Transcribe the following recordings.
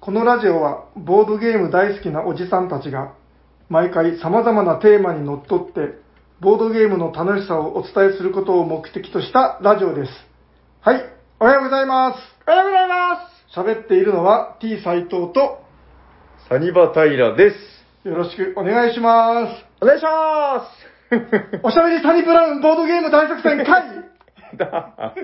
このラジオはボードゲーム大好きなおじさんたちが毎回様々なテーマにのっとってボードゲームの楽しさをお伝えすることを目的としたラジオです。はい、おはようございます。おはようございます。喋っているのは T 斎藤とサニバタイラです。よろしくお願いします。お願いしまおしゃべりサニブラウンボードゲーム大作戦会すだ。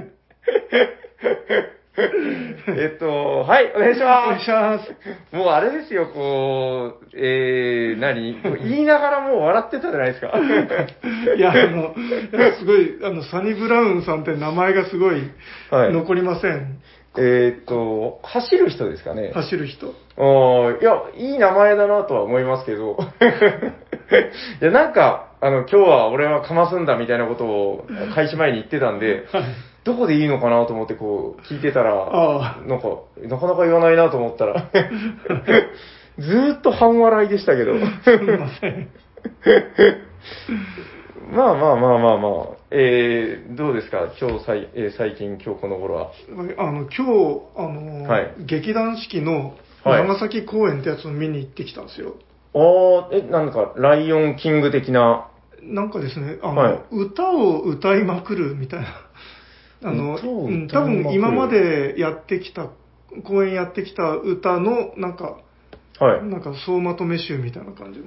えっと、はい、お願いしお願まいします。す。もうあれですよ、こう、えー、何こう言いながらもう笑ってたじゃない ですか。いや、あの、すごい、あの、サニブラウンさんって名前がすごいはい残りません。えーっと、走る人ですかね。走る人。あーいや、いい名前だなとは思いますけど。 いや、なんか、あの、今日は俺はかますんだみたいなことを開始前に言ってたんで、どこでいいのかなと思ってこう、聞いてたあら、なんか、なかなか言わないなと思っ たら、ずーっと半笑いでしたけど。すみません。まあまあまあまあまあ、えー、どうですか今日さい、えー最近、今日この頃は。あの、今日、あの、はい劇団四季のはい長崎公演ってやつを見に行ってきたんですよ。ああ、え、なんか、ライオンキング的な、なんかですね、あの、はい歌を歌いまくるみたいな。 あの、歌をう歌いんまくる多分今までやってきた、公演やってきた歌の、なんか、はい。なんか総まとめ集みたいな感じの。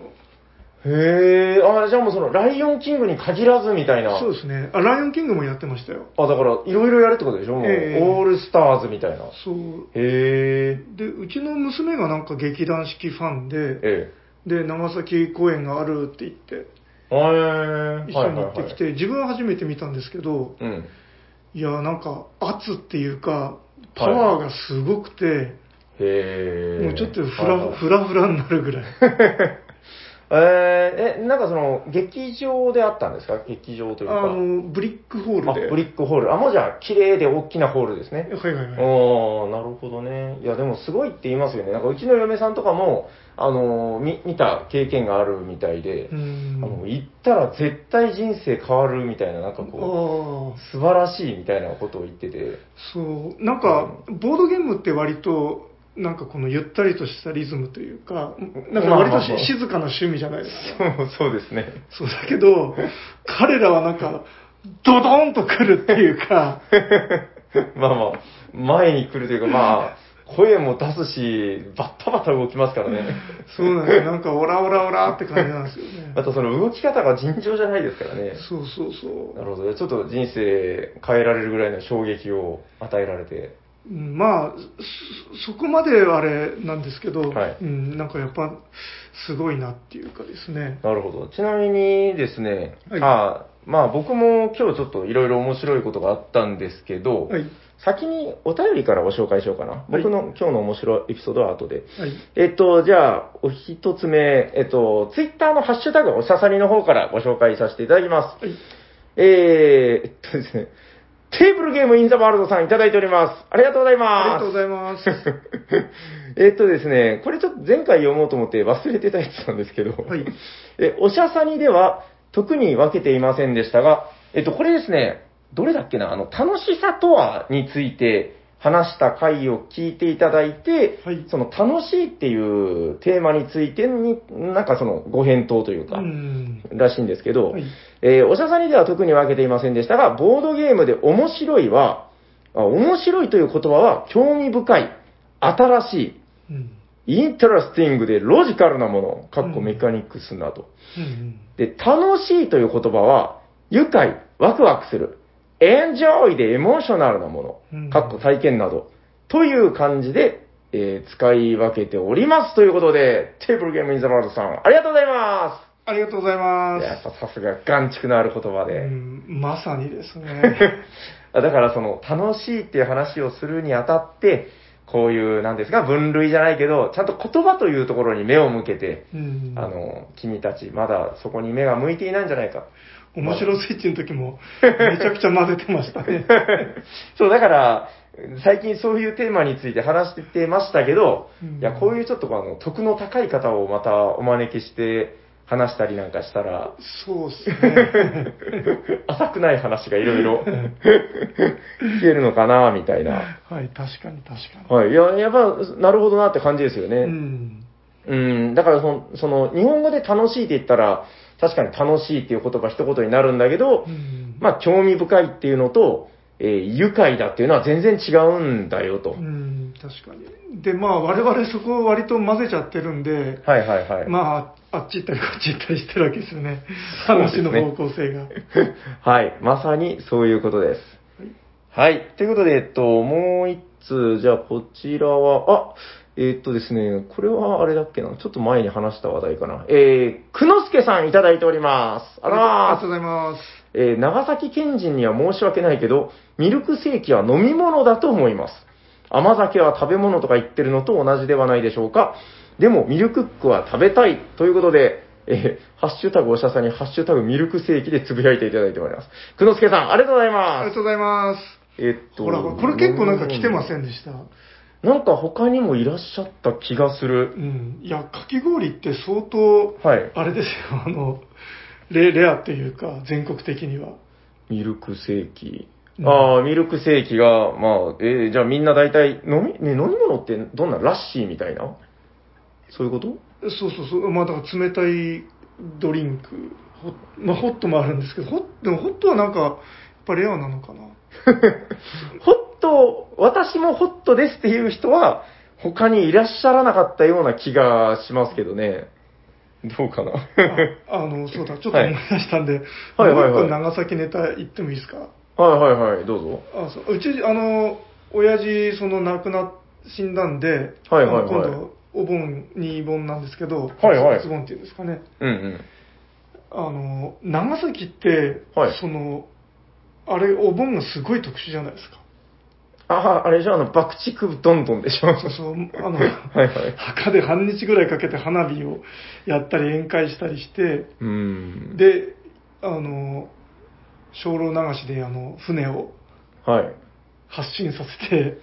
へえ、あ、じゃあもうその、ライオンキングに限らずみたいな。そうですね。あ、ライオンキングもやってましたよ。あ、だから、いろいろやるってことでしょもう、ええオールスターズみたいな。へそう。え、で、うちの娘がなんか劇団四季ファンで、ええ。で、長崎公演があるって言って、ええ、はい一緒に行ってきて、はいはい自分は初めて見たんですけど、うん。いや、なんか圧っていうか、パワーがすごくて、へえ。もうちょっとフラ、はいはいフラフラになるぐらい。えーえ、なんかその、劇場であったんですか劇場というか。あの、ブリックホールで。あブリックホール。あ、もうじゃあ、綺麗で大きなホールですね。はいはいはい。おーなるほどね。いや、でもすごいって言いますよね。なんかうちの嫁さんとかも、あのー、み見た経験があるみたいうで、あのん。行ったら絶対人生変わるみたいな、なんかあこあう、、素晴らしいみたいなことを言ってて、そう。なんか、ボードゲームって割と、なんかこのゆったりとしたリズムというか、なんか割としまあまあまあ静かな趣味じゃないですか。そう そうですね。 そうだけど、彼らはなんか、ドドンと来るっていうか、まあまあ、前に来るというか、まあ、声も出すし、バッタバタ動きますからね。そうなんですよ。なんか、オラオラオラって感じなんですよねま。たその動き方が尋常じゃないですからね。そうそうそなるほど。ちょっと人生変えられるぐらいの衝撃を与えられて。う。うんまあ、そそこまであれなんですけど、はいうん、なんかやっぱ、すごいなっていうかですね。なるほど。ちなみにですね、はいあまあ僕も今日ちょっといろいろ面白いことがあったんですけど、はい。先にお便りからご紹介しようかな。はい僕の今日の面白いエピソードは後で。はい。えっと、じゃあ、お一つ目、えっと、ツイッターのハッシュタグおしゃさりの方からご紹介させていただきます。はい。えー、えっとですね、テーブルゲームインザワールドさんいただいております。ありがとうございありがまとうごす。ざいます。 えっとですね、これちょっと前回読もうと思って忘れてたやつなんですけど、はい。え、おしゃさにでは特に分けていませんでしたが、えっと、これですね、どれだっけな、あの、楽しさとはについて話した回を聞いていただいて、はいその楽しいっていうテーマについてに、なんかそのご返答というか、うん。らしいんですけど、はい。えーおしゃさにでは特に分けていませんでしたが、ボードゲームで面白いは、あ面白いという言葉は興味深い、新しい、うん。インテラスティングでロジカルなもの、かっうこんメカニックスなど。うん。で、楽しいという言葉は、愉快、ワクワクする、エンジョイでエモーショナルなもうの、んかっこ体験など、という感じで、えー使い分けております。ということで、テーブルゲームインザワールドさん、ありがとうございま。ありがとうございますす。やっぱさすが、眼畜のある言葉うで。ん、まさにです ね。だからその、楽しいっていう話をするにあたって、こういう、なんですか、分類じゃないけど、ちゃんと言葉というところに目を向けて、うん、あの、君たち、まだそこに目が向いていないんじゃないか。面白スイッチの時 も、めちゃくちゃ混ぜてましたね。そう、だから、最近そういうテーマについて話してましたけど、うんいや、こういうちょっとこうあの、徳の高い方をまたお招きして、話したりなんかし たら、そうっすね。浅くない話がいろ いろ聞けるのかな、みたいな。はい、確かに確かに。はい。いや、やっぱ、なるほどなって感じですよね。うん。うん、だからその、その、日本語で楽しいって言ったら、確かに楽しいっていう言葉一言になるんだけどう、んまあ、興味深いっていうのと、えー愉快だっていうのは全然違うんだよと。うん、確かに。で、まあ、我々そこを割と混ぜちゃってるんで、はいはいはい。まあ、あっち行ったりこっち行ったりしてるわけですよね。そうです話ねの方向性が。 はい、まさにそういうことです。はい、ということで、えっと、もう一つ、じゃあこちらは、あ、えっとですね、これはあれだっけな、ちょっと前に話した話題かな。えー、くのすけさんいただいております。あらありーがとうございます。えー長崎県人には申し訳ないけど、ミルクセーキは飲み物だと思います。甘酒は食べ物とか言ってるのと同じではないでしょうか。でも、ミルクックは食べたいということで、えーハッシュタグおしゃさんにハッシュタグミルクセーキでつぶやいていただいております。くのすけさん、ありがとうございありがます。とうございます。えっと、ほら、これ結構なんか来てません。んでした。なんか他にもいらっしゃった気がするう。ん。いや、かき氷って相当、はい。あれですよ、あの、レレアっていうか、全国的には。ミルクセーキ。うんああ、ミルクセーキが、まあ、えーじゃあみんな大体、飲み、ね、飲み物ってどんなラッシーみたいなそういう ことそうそうそう、まあだから冷たいドリンク、ホッ,、まあ、ホットもあるんですけど、ホッでもホットはなんか、やっぱレアなのか な。ホット、私もホットですっていう人は、他にいらっしゃらなかったような気がしますけどね。どうかなああの、そうだ、ちょっとは思いい出したんで、はいはいはいもう一個長崎ネタ言ってもいいですか はいはいはい、どうぞ。あそううち、あの、親父、その亡くな、死んだんで、はいはいはいあの今度、お盆、二盆なんですけど、はいはいお盆っていうんですかね。うんうん。あの、長崎って、はいその、あれ、お盆がすごい特殊じゃないですか。ああ、あれでしょあの、爆竹どんどん でしょそうそう、あの、はいはい。墓で半日ぐらいかけて花火をやったり宴会したりして、うーん。、で、あの、精霊流しであの船をはい。発進させて、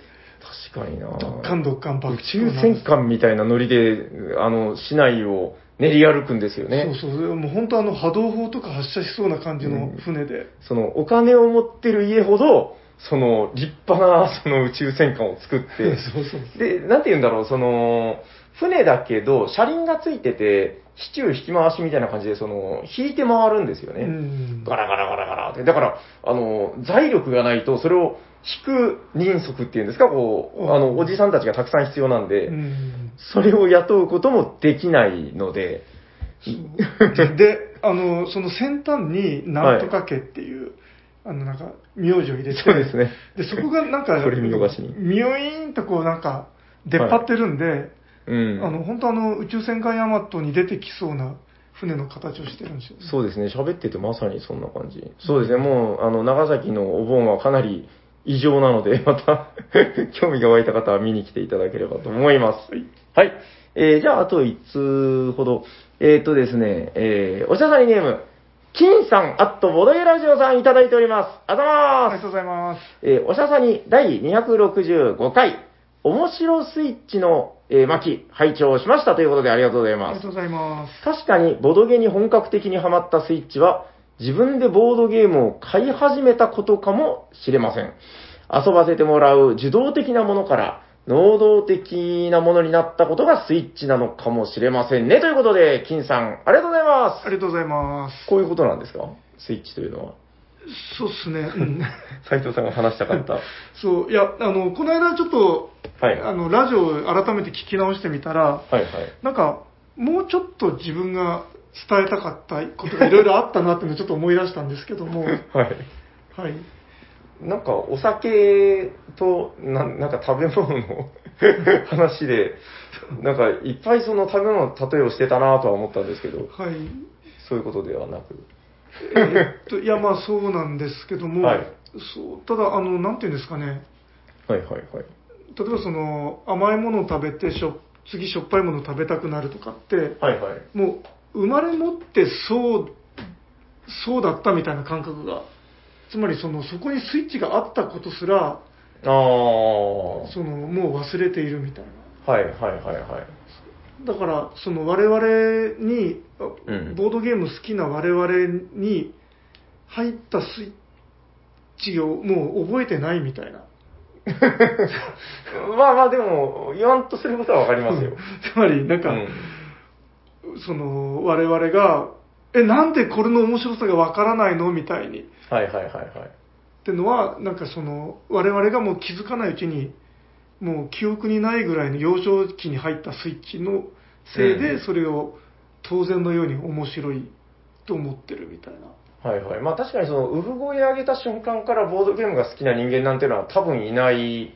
確かになどっかんどっかん爆宇竹宙戦艦みたいなノリで、あの、市内を練り歩くんですよね。そうそう、もう本当あの波動砲とか発射しそうな感じの船で、その、お金を持ってる家ほど、その、立派な、その宇宙戦艦を作って、 そうそうで、なんて言うんだろう、その、船だけど、車輪がついてて、シチュー引き回しみたいな感じで、その、引いて回るんですよね。うんガラガラガラガラって。だから、あの、財力がないと、それを引く人足っていうんですか、こう、あの、おじさんたちがたくさん必要なんで、うんそれを雇うこともできないので、 そうで、あの、その先端に、なんとか家っていう、あの、なんか、名字を入れて、そうですね。で、そこがなんか、それ見逃しにミヨイーンとこう、なんか、出っ張ってるんで、うん。あの、本当あの、宇宙戦艦ヤマトに出てきそうな船の形をしてるんですよ、そうですね、喋っててまさにそんな感じ。そうですね、もう、あの、長崎のお盆はかなり異常なので、 また、興味が湧いた方は見に来ていただければと思います。はい。えー、じゃあ、あと1通ほど。えっ、ー、とですね、えー、おしゃさりネーム、金さん、あと、ボドゲラジオさんいただいております。あざありまーがすとうございます。えーおしゃさに第265回、面白スイッチの、えー巻き、拝聴しましたということでありがとうございあまりが。すとうございます。確かにボドゲに本格的にハマったスイッチは、自分でボードゲームを買い始めたことかもしれません。遊ばせてもらう受動的なものから、能動的なものになったことがスイッチなのかもしれませんね。ということで、金さん、ありがとうございまありがとうございます。す。こういうことなんですかスイッチというのは。そうっすね。 うん、斉藤さんが話したか った。そう、いや、あの、この間ちょっと、はい。あはいの、ラジオを改めて聞き直してみたら、はい。なんか、もうちょっと自分が伝えたかったことがいろいろあったなっていうのをちょっと思い出したんですけど も、はい。はい。 なんか、お酒と、ななんか食べ物の 話で、なんか、いっぱいその食べ物の例えをしてたなとは思ったんですけど、はい。そういうことではなく。えーっと、いや、まあそうなんですけども、はいそう、ただ、あの、なんていうんですかね、はいはいはい。例えばその、甘いものを食べてしょ、次しょっぱいものを食べたくなるとかって、はいはい。もう、生まれ持ってそう、そうだったみたいな感覚が、つまりその、そこにスイッチがあったことすら、ああ。はその、もう忘れているみたいな。 いはいはいはい。だから、その我々に、あうんボードゲーム好きな我々に入ったスイッチをもう覚えてないみたいな。まあまあでも、言わんとすることはわかりますよ。 つまり、なんか、うんその、我々が、え、なんでこれの面白さがわからないのみたいに。っはいはいはいはい。てのは、なんかその、我々がもう気づかないうちに、もう記憶にないぐらいの幼少期に入ったスイッチのせいうんで、それを当然のように面白いと思ってるみたいな。はいはい。まあ確かにその、産声上げた瞬間からボードゲームが好きな人間なんていうのは多分いない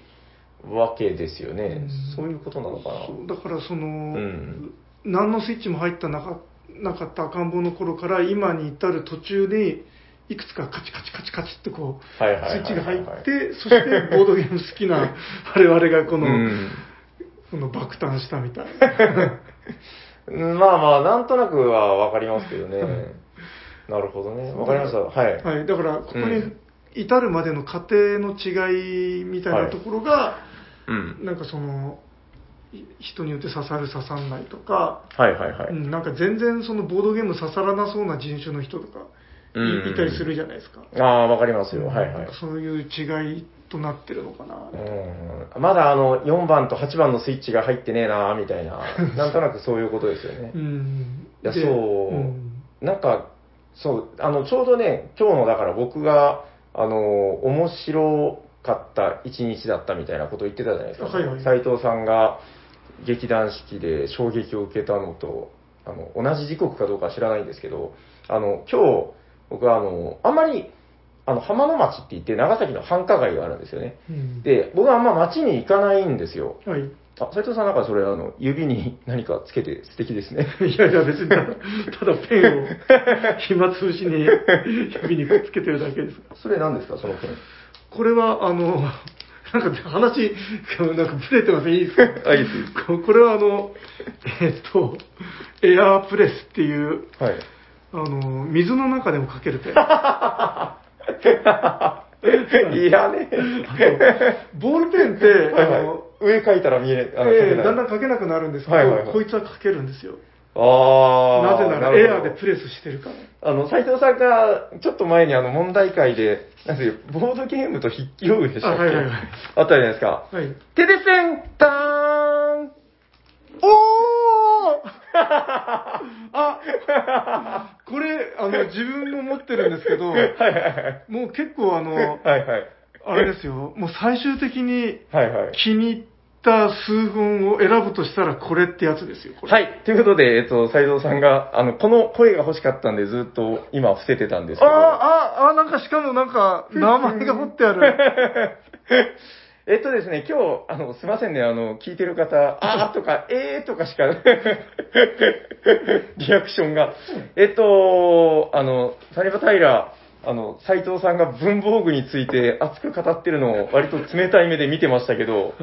わけですよね。うんそういうことなのかな。そうだからその、ん何のスイッチも入ったなかなかった赤ん坊の頃から今に至る途中にいくつかカチカチカチカチってこうスイはいはいはいはいッチが入ってそしてボードゲーム好き な我々がこの,、この爆誕したみたい なうん。まあまあ、なんとなくはわかりますけどね。なるほどね。わかりました。はい。はい、だからここうんに至るまでの過程の違いみたいなところが、うん。なんかそのい人によって刺さる刺さんないとかはいはいはい。うんなんか全然そのボードゲーム刺さらなそうな人種の人とかうんうんうんいいたりするじゃないですか。ああ、わかりますよ。はいはい。そういう違いとなってるのかな。うんまだあの4番と8番のスイッチが入ってねえなみた いな、なんとなくそういうことですよねう。ん。いや、でそう、んなんか、そう、あの、ちょうどね、今日のだから僕が、あの、面白かった一日だったみたいなことを言ってたじゃないですか。はいはい斉藤さんが劇団四季で衝撃を受けたのと、あの、同じ時刻かどうかは知らないんですけど、あの、今日、僕はあの、あんまり、あの、浜の町って言って長崎の繁華街があるんですよね。うん、で、僕はあんま街に行かないんですよ。はい。あ、斉藤さんなんかそれ、あの、指に何かつけて素敵ですね。 いやいや、別にた だ、ただペンを暇つぶしに指にくっつけてるだけです。それ何ですか、そのペン。これは、あの、なんか話、なんかブレてません。いいですかあいいですいいでここれはあの、えーっと、エアープレスっていう、はい。あの、水の中でもかけ るペン。 いやね。ボールペンって、はいあはの、い、上書いたら見えない。あのええ書けないだんだん書けなくなるんですけど、はいはいはいこいつは書けるんですよ。あなあ。ぜならるエほアーどでプレスしてるから。あの、斉藤さんが、ちょっと前にあの、問題会で、なんていう、ボードゲームと筆記用具でしたっけあはいはいはいあったじゃないですか。はい。テレセンターン おーあこれ、あ の、自分も持ってるんですけど、はいはいはい。もう結構あの、はいはい。あれですよ、もう最終的にはいはい。気に入った数本を選ぶとしたらこれってやつですよ、これ。は。い。ということで、えっと、斉藤さんが、あの、この声が欲しかったんで、ずっと今伏せてたんですけあど。あ、ああ、なんかしかもなんか、名前が彫ってある。 えっとですね、今日、あの、すいませんね、あの、聞いてる方、あーとか、えーとかしか、 リアクションが。えっと、あの、サニバタイラ、あの、斎藤さんが文房具について熱く語ってるのを割と冷たい目で見てました けど、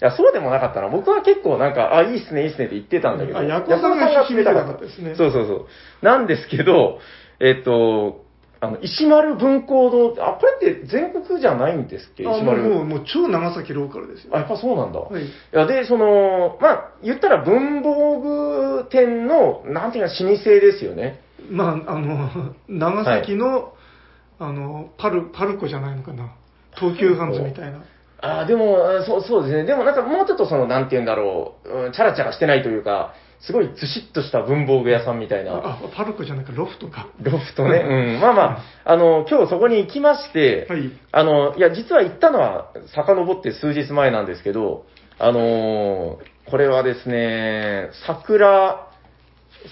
いや、そうでもなかったな。僕は結構なんか、あ、いいっすね、いいっすねって言ってたんだけど。あヤコブさんがヤコ響ブさんがいてなかったですねそうそうそう。なんですけど、えっと、あの、石丸文工堂、あ、これって全国じゃないんですっけあ石もう丸。もう、もう超長崎ローカルですよ。あ、やっぱそうなんだ。はいい、や、で、その、まあ、言ったら文房具店の、なんていうか、老舗ですよね。まあ、あの、長崎の、あの、パル、パルコじゃないのかな。東急ハンズみたいな。あーでも、そう、そうですね。でもなんかもうちょっとその、なんていうんだろう、うん、チャラチャラしてないというか、すごいずしっとした文房具屋さんみたいな。あ、パルコじゃなくてロフトか。ロフトね。うん。まあまあ、あの、今日そこに行きまして、はいあの、いや、実は行ったのは、遡って数日前なんですけど、あのーこれはですね、桜、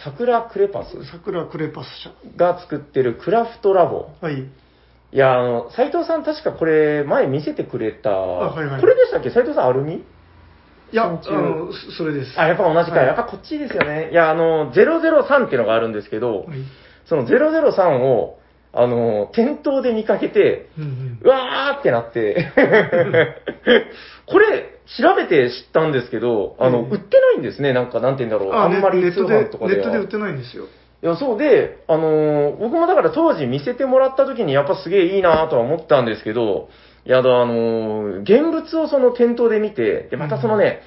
桜クレパス桜クレパスが作ってるクラフトラボ。社。はい。いや、あの、斎藤さん確かこれ、前見せてくれた、はいはいこれでしたっけ斎藤さんアルミいや、あ昆虫の、そそれです。あ、やっぱ同じか、はいやっぱこっちですよね。いや、あの、003っていうのがあるんですけど、はい。その003を、あの、店頭で見かけて、うんうんう。わーってなって、 これ、調べて知ったんですけど、あの、うん売ってないんですね、なんか、なんて言うんだろう、あんまりネッ通トで、ネ販とかでッは。トで売ってないんですよ。いや、そうで、あのー僕もだから当時見せてもらった時にやっぱすげえいいなとは思ったんですけど、いやだ、あのー現物をその店頭で見て、で、またそのね、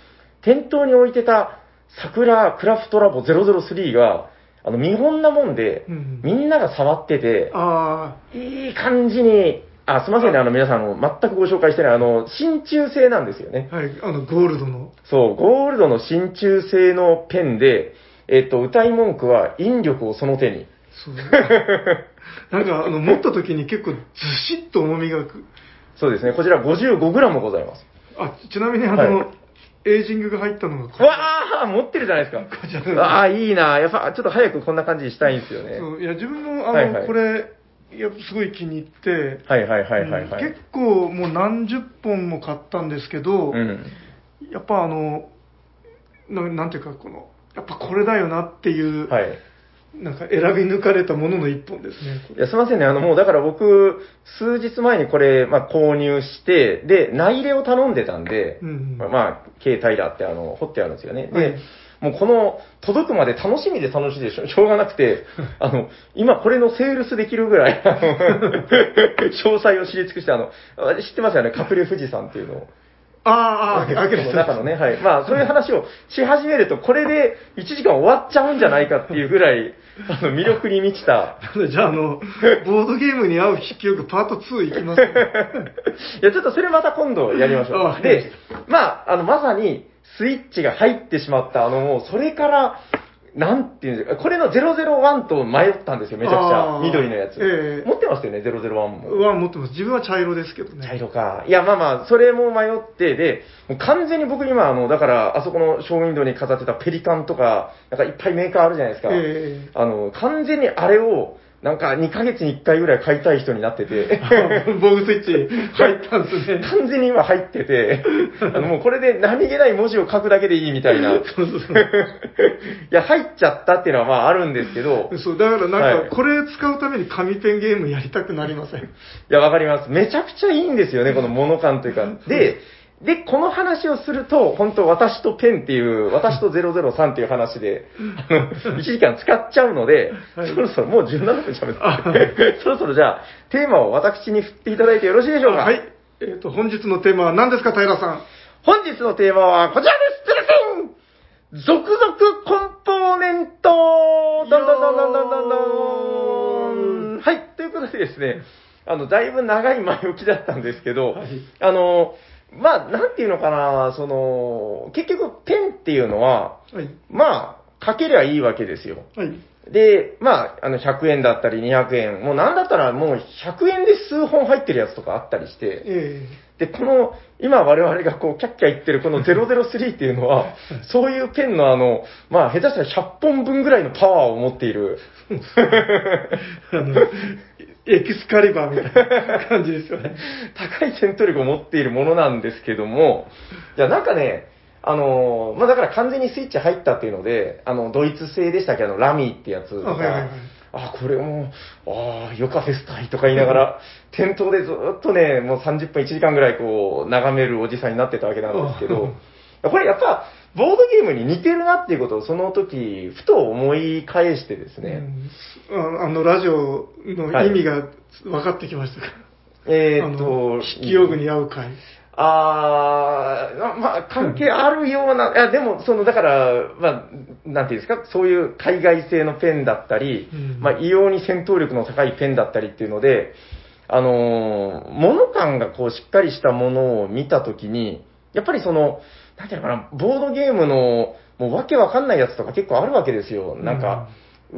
店頭に置いてた、桜クラフトラボ003が、あの、見本なもんで、うんみんなが触ってて、あいい感じに、あ、すいませんね、あの、皆さん、あの全くご紹介してない、あの、真鍮製なんですよね。あ、はい、あの、ゴールドの。そう、ゴールドの真鍮製のペンで、えっと、歌い文句は、引力をその手に。 そう。なんか、あの、持った時に結構ずしっと重みがく。そうですね、こちら 55g もございます。あ、ちなみにあの、はいエイジングが入ったのがこれ。わあ持ってるじゃないですか。ちらです ああ、いいなやっぱ、ちょっと早くこんな感じにしたいんですよね。そういや、自分も、あの、はいはいこれ、いや、すごい気に入って、はいはいはいはいはい。うん結構もう何十本も買ったんですけど、うん。やっぱあのな、なんていうか、この、やっぱこれだよなっていう、はい。なんか選び抜かれたものの一本ですね。こいれや、すいませんね。あの、もうだから僕、数日前にこれ、まあ、購入して、で、内入れを頼んでたんで、うんまあ、まあ携帯だって、あの、掘ってあるんですよね。で、はいもうこの、届くまで楽しみで楽しいでしょ、しょうがなく て、あの、今これのセールスできるぐらい、あの詳細を知り尽くして、あの、あ知ってますよね、カプレ富士山っていうのを。あーあー、あけ の中のね、はい。まあ、そういう話をし始めると、これで1時間終わっちゃうんじゃないかっていうぐらい、あの、魅力に満ちた。じゃあ、あの、ボードゲームに合う筆記力パート2いきますね。 いや、ちょっとそれまた今度やりましょあう。で、まあ、あの、まさに、スイッチが入ってしまった、あの、もう、それから、なんていうんですか、これの001と迷ったんですよ、めちゃくちあゃ。ー緑のやつ。ええ持ってましたよね、001も。は持ってます。自分は茶色ですけどね。茶色か。いや、まあまあ、それも迷って、で、もう完全に僕今、あの、だから、あそこのショーウィンドウに飾ってたペリカンとか、なんかいっぱいメーカーあるじゃないですか。ええあの、完全にあれを、なんか2ヶ月に1回ぐらい買いたい人になって て。ボーグスイッチ入ったんです ね。完全に今入って て、あのもうこれで何気ない文字を書くだけでいいみたいな。い そうそうそう。や、入っちゃったっていうのはまああるんですけど、そう、だからなはんいか、これ使うために紙ペンゲームやりたくなりません。いや、わかります。めちゃくちゃいいんですよね、この物感というか。で、で、この話をすると、本当私とペンっていう、私と003っていう話で、あの、1時間使っちゃうので、はいそろそろもう17分喋あって、 そろそろじゃあ、テーマを私に振っていただいてよろしいでしょうか。はい。えっ、と、本日のテーマは何ですか、平さん。本日のテーマはこちらです続々コンポーネントどんどんどんどんどんどんどんはい、ということでですね、あの、だいぶ長い前置きだったんですけど、はいあの、まあ、なんていうのかな、その、結局ペンっていうのは、はい。まあ、書けりゃいいわけですよ。はい。で、まあ、あの、100円だったり200円、もうなんだったらもう100円で数本入ってるやつとかあったりして、えで、この、今我々がこう、キャッキャ言ってるこの003っていうのは、そういうペンのあの、まあ、下手したら100本分ぐらいのパワーを持っている。えあ の、エキスカリバーみたいな感じですよね。 高い戦闘力を持っているものなんですけども、いや、なんかね、あのーまあ、だから完全にスイッチ入ったっていうので、あの、ドイツ製でしたっけ、あの、ラミーってやつとあはいはいはいか、あ、これも、ああ、よかフェスタイとか言いながら、店頭でずっとね、もう30分1時間ぐらいこう、眺めるおじさんになってたわけなんですけど、これやっぱ、ボードゲームに似てるなっていうことをその時、ふと思い返してですね、うんああの、ラジオの意味が分かってきましたか、えあーっのと、筆記用具に合う回。あー、ままあ、関係あるような、いや、でも、その、だから、まあ、なんていうんですか、そういう海外製のペンだったり、うんまあ、異様に戦闘力の高いペンだったりっていうので、あのー物感がこう、しっかりしたものを見たときに、やっぱりその、なんていうのかな、ボードゲームの、もうわけわかんないやつとか結構あるわけですよ。なんか、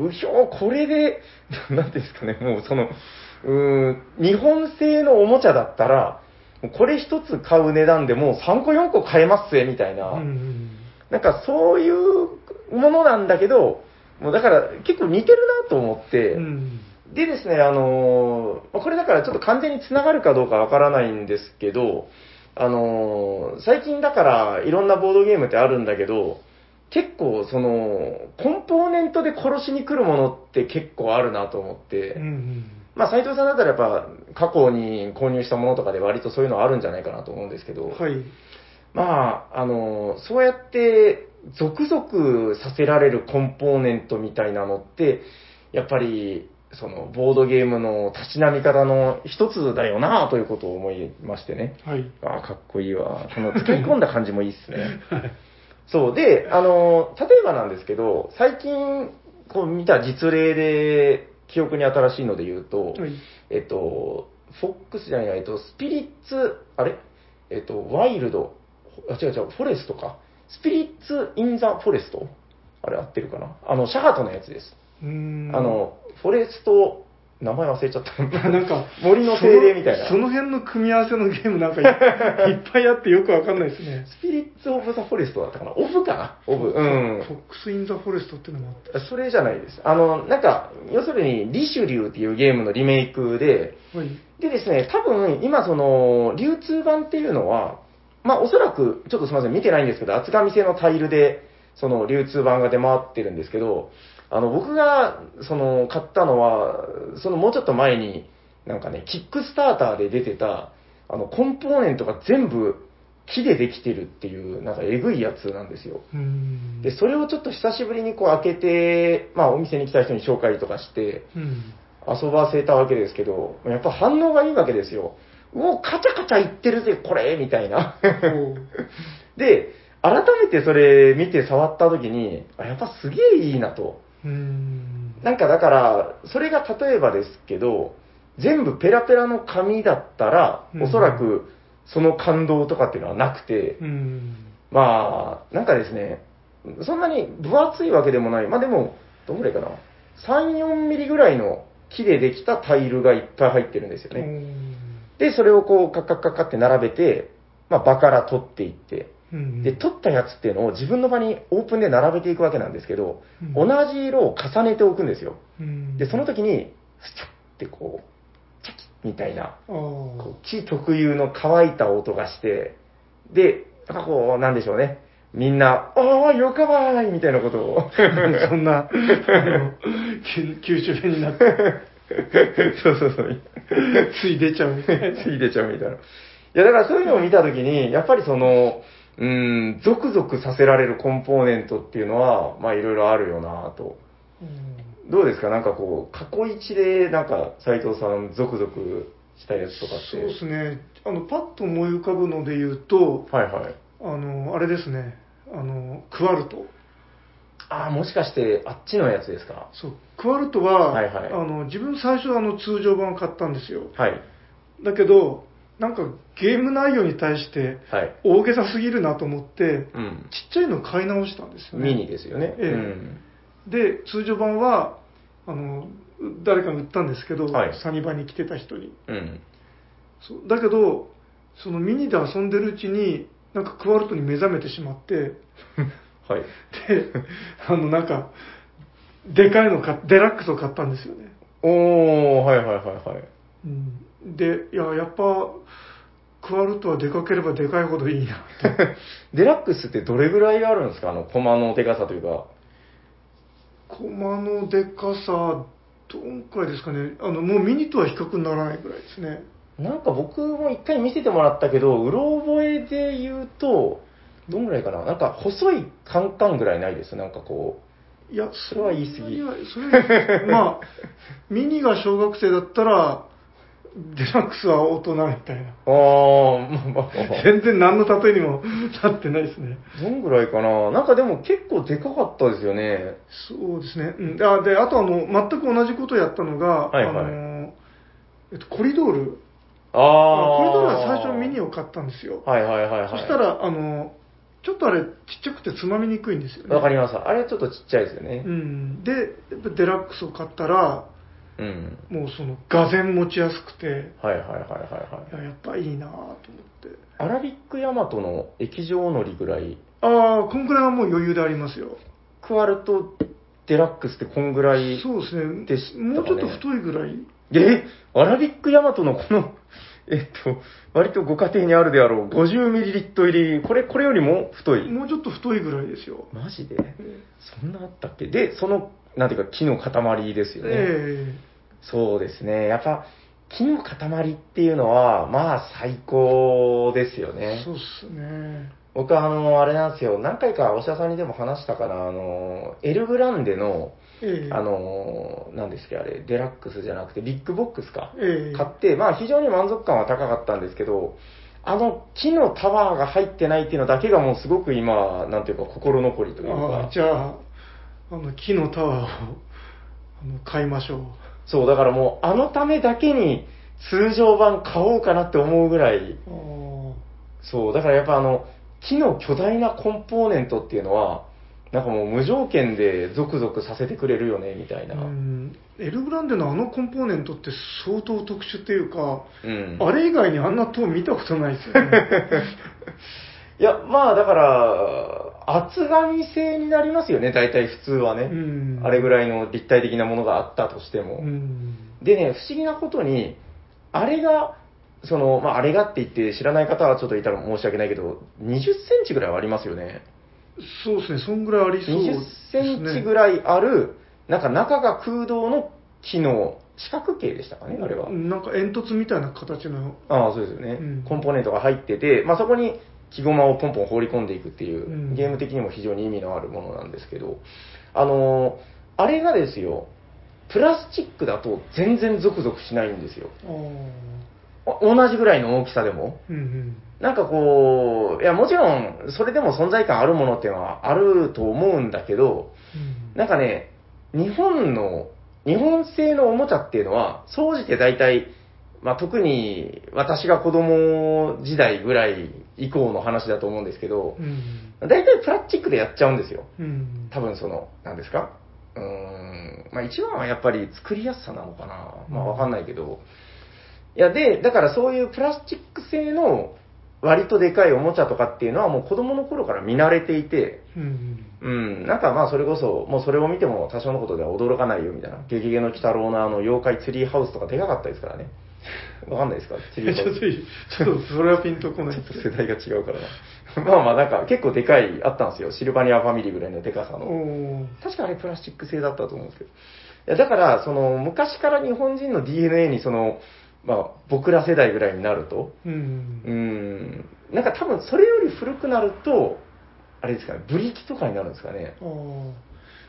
うひょー、これで、 なんていうんですかね、もうその、うーん、日本製のおもちゃだったら、もうこれ一つ買う値段でもう3個4個買えますぜ、みたいな。うんうんなんかそういうものなんだけど、もうだから結構似てるなと思って、うんでですね、あのーまあこれだからちょっと完全に繋がるかどうかわからないんですけど、あのー最近だからいろんなボードゲームってあるんだけど、結構その、コンポーネントで殺しに来るものって結構あるなと思って、うんうんまあ斎藤さんだったらやっぱ過去に購入したものとかで割とそういうのあるんじゃないかなと思うんですけど、はい。まあ、あの、そうやって、続々させられるコンポーネントみたいなのって、やっぱり、その、ボードゲームのたしなみ方の一つだよなということを思いましてね。 はい。ああ、かっこいいわ。その、使い込んだ感じもいいっすね。そう。で、あの、例えばなんですけど、最近、こう見た実例で、記憶に新しいので言うと、はいえっと、フォックスじゃない、えっと、スピリッツ、あれえっと、ワイルド、あ、違う違う、フォレストか。スピリッツ・イン・ザ・フォレストあれ合ってるかなあの、シャハトのやつです。うーんあ、の、フォレスト、名前忘れちゃった。 なんか、森の精霊みたいなそのその辺の組み合わせのゲームなん かいいっぱいあってよくわかんないですね。スピリッツ・オブ・ザ・フォレストだったかなオブかなオブ。うフんォ。ックス・イン・ザ・フォレストってのもあって。それじゃないです。あの、なんか、要するに、リシュリューっていうゲームのリメイクで、はい。でですね、多分、今その、流通版っていうのは、まあおそらく、ちょっとすみません、見てないんですけど、厚紙製のタイルで、その、流通版が出回ってるんですけど、あの、僕が、その、買ったのは、その、もうちょっと前に、なんかね、キックスターターで出てた、あの、コンポーネントが全部、木でできてるっていう、なんか、えぐいやつなんですよ。うーん。で、それをちょっと久しぶりにこう開けて、まあお店に来た人に紹介とかしてうん。遊ばせたわけですけど、やっぱ反応がいいわけですよ。うお、カチャカチャ言ってるぜ、これみたいな。 ほうで、改めてそれ見て触った時に、あやっぱすげえいいなと。うーん。なんかだから、それが例えばですけど、全部ペラペラの紙だったらう、んおそらくその感動とかっていうのはなくて、うん。まあ、なんかですね、そんなに分厚いわけでもない。まあでも、どんぐらいかな。3、4ミリぐらいの木でできたタイルがいっぱい入ってるんですようね。んで、それをこう、カッカッカッカって並べて、まあ、場から取っていって、うんで、取ったやつっていうのを自分の場にオープンで並べていくわけなんですけど、うん同じ色を重ねておくんですよ。うんで、その時に、スチャッってこう、チャキッみたいなああ こう木特有の乾いた音がして、で、なんかこう、なんでしょうね。みんな、ああ、よかばーいみたいなことを。そんな、あの、き九州弁になって、 そうそうそう。つい出ちゃうみたいな。つい出ちゃうみたいな。いや、だからそういうのを見たときに、やっぱりその、うーん、ゾクゾクさせられるコンポーネントっていうのは、まあいろいろあるよなぁと。うんどうですかなんかこう、過去一で、なんか、斎藤さん、ゾクゾクしたやつとかって。そうですね。あの、パッと思い浮かぶので言うと、はいはい。あの、あれですね。あの、クワルト。ああ、もしかして、あっちのやつですかそう。クワルトは、はいはいあの、自分最初あの、通常版を買ったんですよ。はい。だけど、なんかゲーム内容に対してはい。大げさすぎるなと思って、うんち。っちゃいの買い直したんですよね。ミニですよね。ええで、通常版は、あの、誰かに売ったんですけど、はいサニバに来てた人に。うん。うん。そうだけど、そのミニで遊んでるうちに、なんかクワルトに目覚めてしまって、はい。で、あの、なんか、でかいのか、デラックスを買ったんですよね。おー、はいはいはいはい。うん、で、いや、やっぱ、クワルトはでかければでかいほどいいなと。 デラックスってどれぐらいあるんですかあの、コマのでかさというか。駒のでかさ、どんくらいですかね。あの、もうミニとは比較にならないぐらいですね。なんか僕も一回見せてもらったけど、うろ覚えで言うと、どんぐらいかななんか細いカンカンぐらいないです。なんかこいや、それは言い過ぎそんなにはそれはまあ、ミニが小学生だったら、デラックスは大人みたいな。う。あー、まあまあまあ。全然何の例えにも なってないですね。 どんぐらいかななんかでも結構でかかったですよね。そうですね。うん、あで、あとあの、全く同じことをやったのが、はいはいあの、えっと、コリドール。あああ。コリドールは最初ミニを買ったんですよ。はいはいはいはい。そした、ら、あの、ちょっとあれ、ちっちゃくてつまみにくいんですよね。わかりました。あれちょっとちっちゃいですよねう。ん、で、やっぱデラックスを買ったら、うん。もうその、がぜん持ちやすくて、はいはいはいはいはいい。ややっぱいいなぁと思って。アラビックヤマトの液状のりぐらい、ああ、こんくらいはもう余裕でありますよ。クワルトデラックスってこんぐらい。そうですねでしたかねもうちょっと太いぐらい。えアラビックヤマトのこの、 えっと、割とご家庭にあるであろう、50ミリリットル入り、これ、これよりも太い。もうちょっと太いぐらいですよ。マジでえそんなあったっけで、その、なんていうか、木の塊ですよね。えそうですね。やっぱ、木の塊っていうのは、まあ、最高ですよね。そうっすね。僕はあの、あれなんですよ、何回かお医者さんにでも話したかな、あの、エルグランデの、ええあ、の、なんですっけ、あれ、デラックスじゃなくて、ビッグボックスか。ええ買って、まあ非常に満足感は高かったんですけど、あの木のタワーが入ってないっていうのだけがもうすごく今、なんていうか心残りというあかあ、じ。ゃあ、あの、木のタワーを、あの、買いましょう。そう、だからもうあのためだけに通常版買おうかなって思うぐらい、あそう、だからやっぱあの、木の巨大なコンポーネントっていうのは、なんかもう無条件でゾクゾクさせてくれるよね、みたいあな。ううん。ん。エルグランデのあのコンポーネントって相当特殊っていうか、あれ以外にあんな塔見たことないです よね。いや、まあだから、厚紙製になりますよね、大体普通はね。うんあれぐらいの立体的なものがあったとしても。うん。でね、不思議なことに、あれが、その、まあ、あれがって言って知らない方はちょっといたら申し訳ないけど、20センチぐらいはありますよね。そうですね、そんぐらいありそうで20すね。センチぐらいある、なんか中が空洞の機能、四角形でしたかね、あれは。なんか煙突みたいな形の。ああ、そうですよね、うんコンポーネントが入ってて、まあ、そこに木駒をポンポン放り込んでいくっていう、うんゲーム的にも非常に意味のあるものなんですけど、あのーあれがですよ、プラスチックだと全然ゾクゾクしないんですよ。ああ。うんお同じぐらいの大きさでも。うん。なんかこう、いや、もちろん、それでも存在感あるものっていうのはあると思うんだけど、なんかね、日本の、日本製のおもちゃっていうのは、総じて大体、まあ、特に私が子供時代ぐらい以降の話だと思うんですけどう、ん。大体プラスチックでやっちゃうんですよ。うん。多分その、何ですかうーん、まあ一番はやっぱり作りやすさなのかな。まあわかんないけど。いや、で、だからそういうプラスチック製の割とでかいおもちゃとかっていうのはもう子供の頃から見慣れていて、うん。うん、なんかまあそれこそ、もうそれを見ても多少のことでは驚かないよみたいな。ゲゲゲの鬼太郎のあの妖怪ツリーハウスとかでかかったですからね。わかんないですか ちツリょーっハウス。といい、ちょっとそれはピンとこない ちょっと世代が違うからな。まあまあなんか結構でかい、あったんですよ。シルバニアファミリーぐらいのでかさの。おー確かあれプラスチック製だったと思うんですけど。いや、だから、その、昔から日本人の DNA に、その、まあ、僕ら世代ぐらいになると、ううんー。ん、なんか多分それより古くなると、あれですかね、ブリキとかになるんですかね。ああ、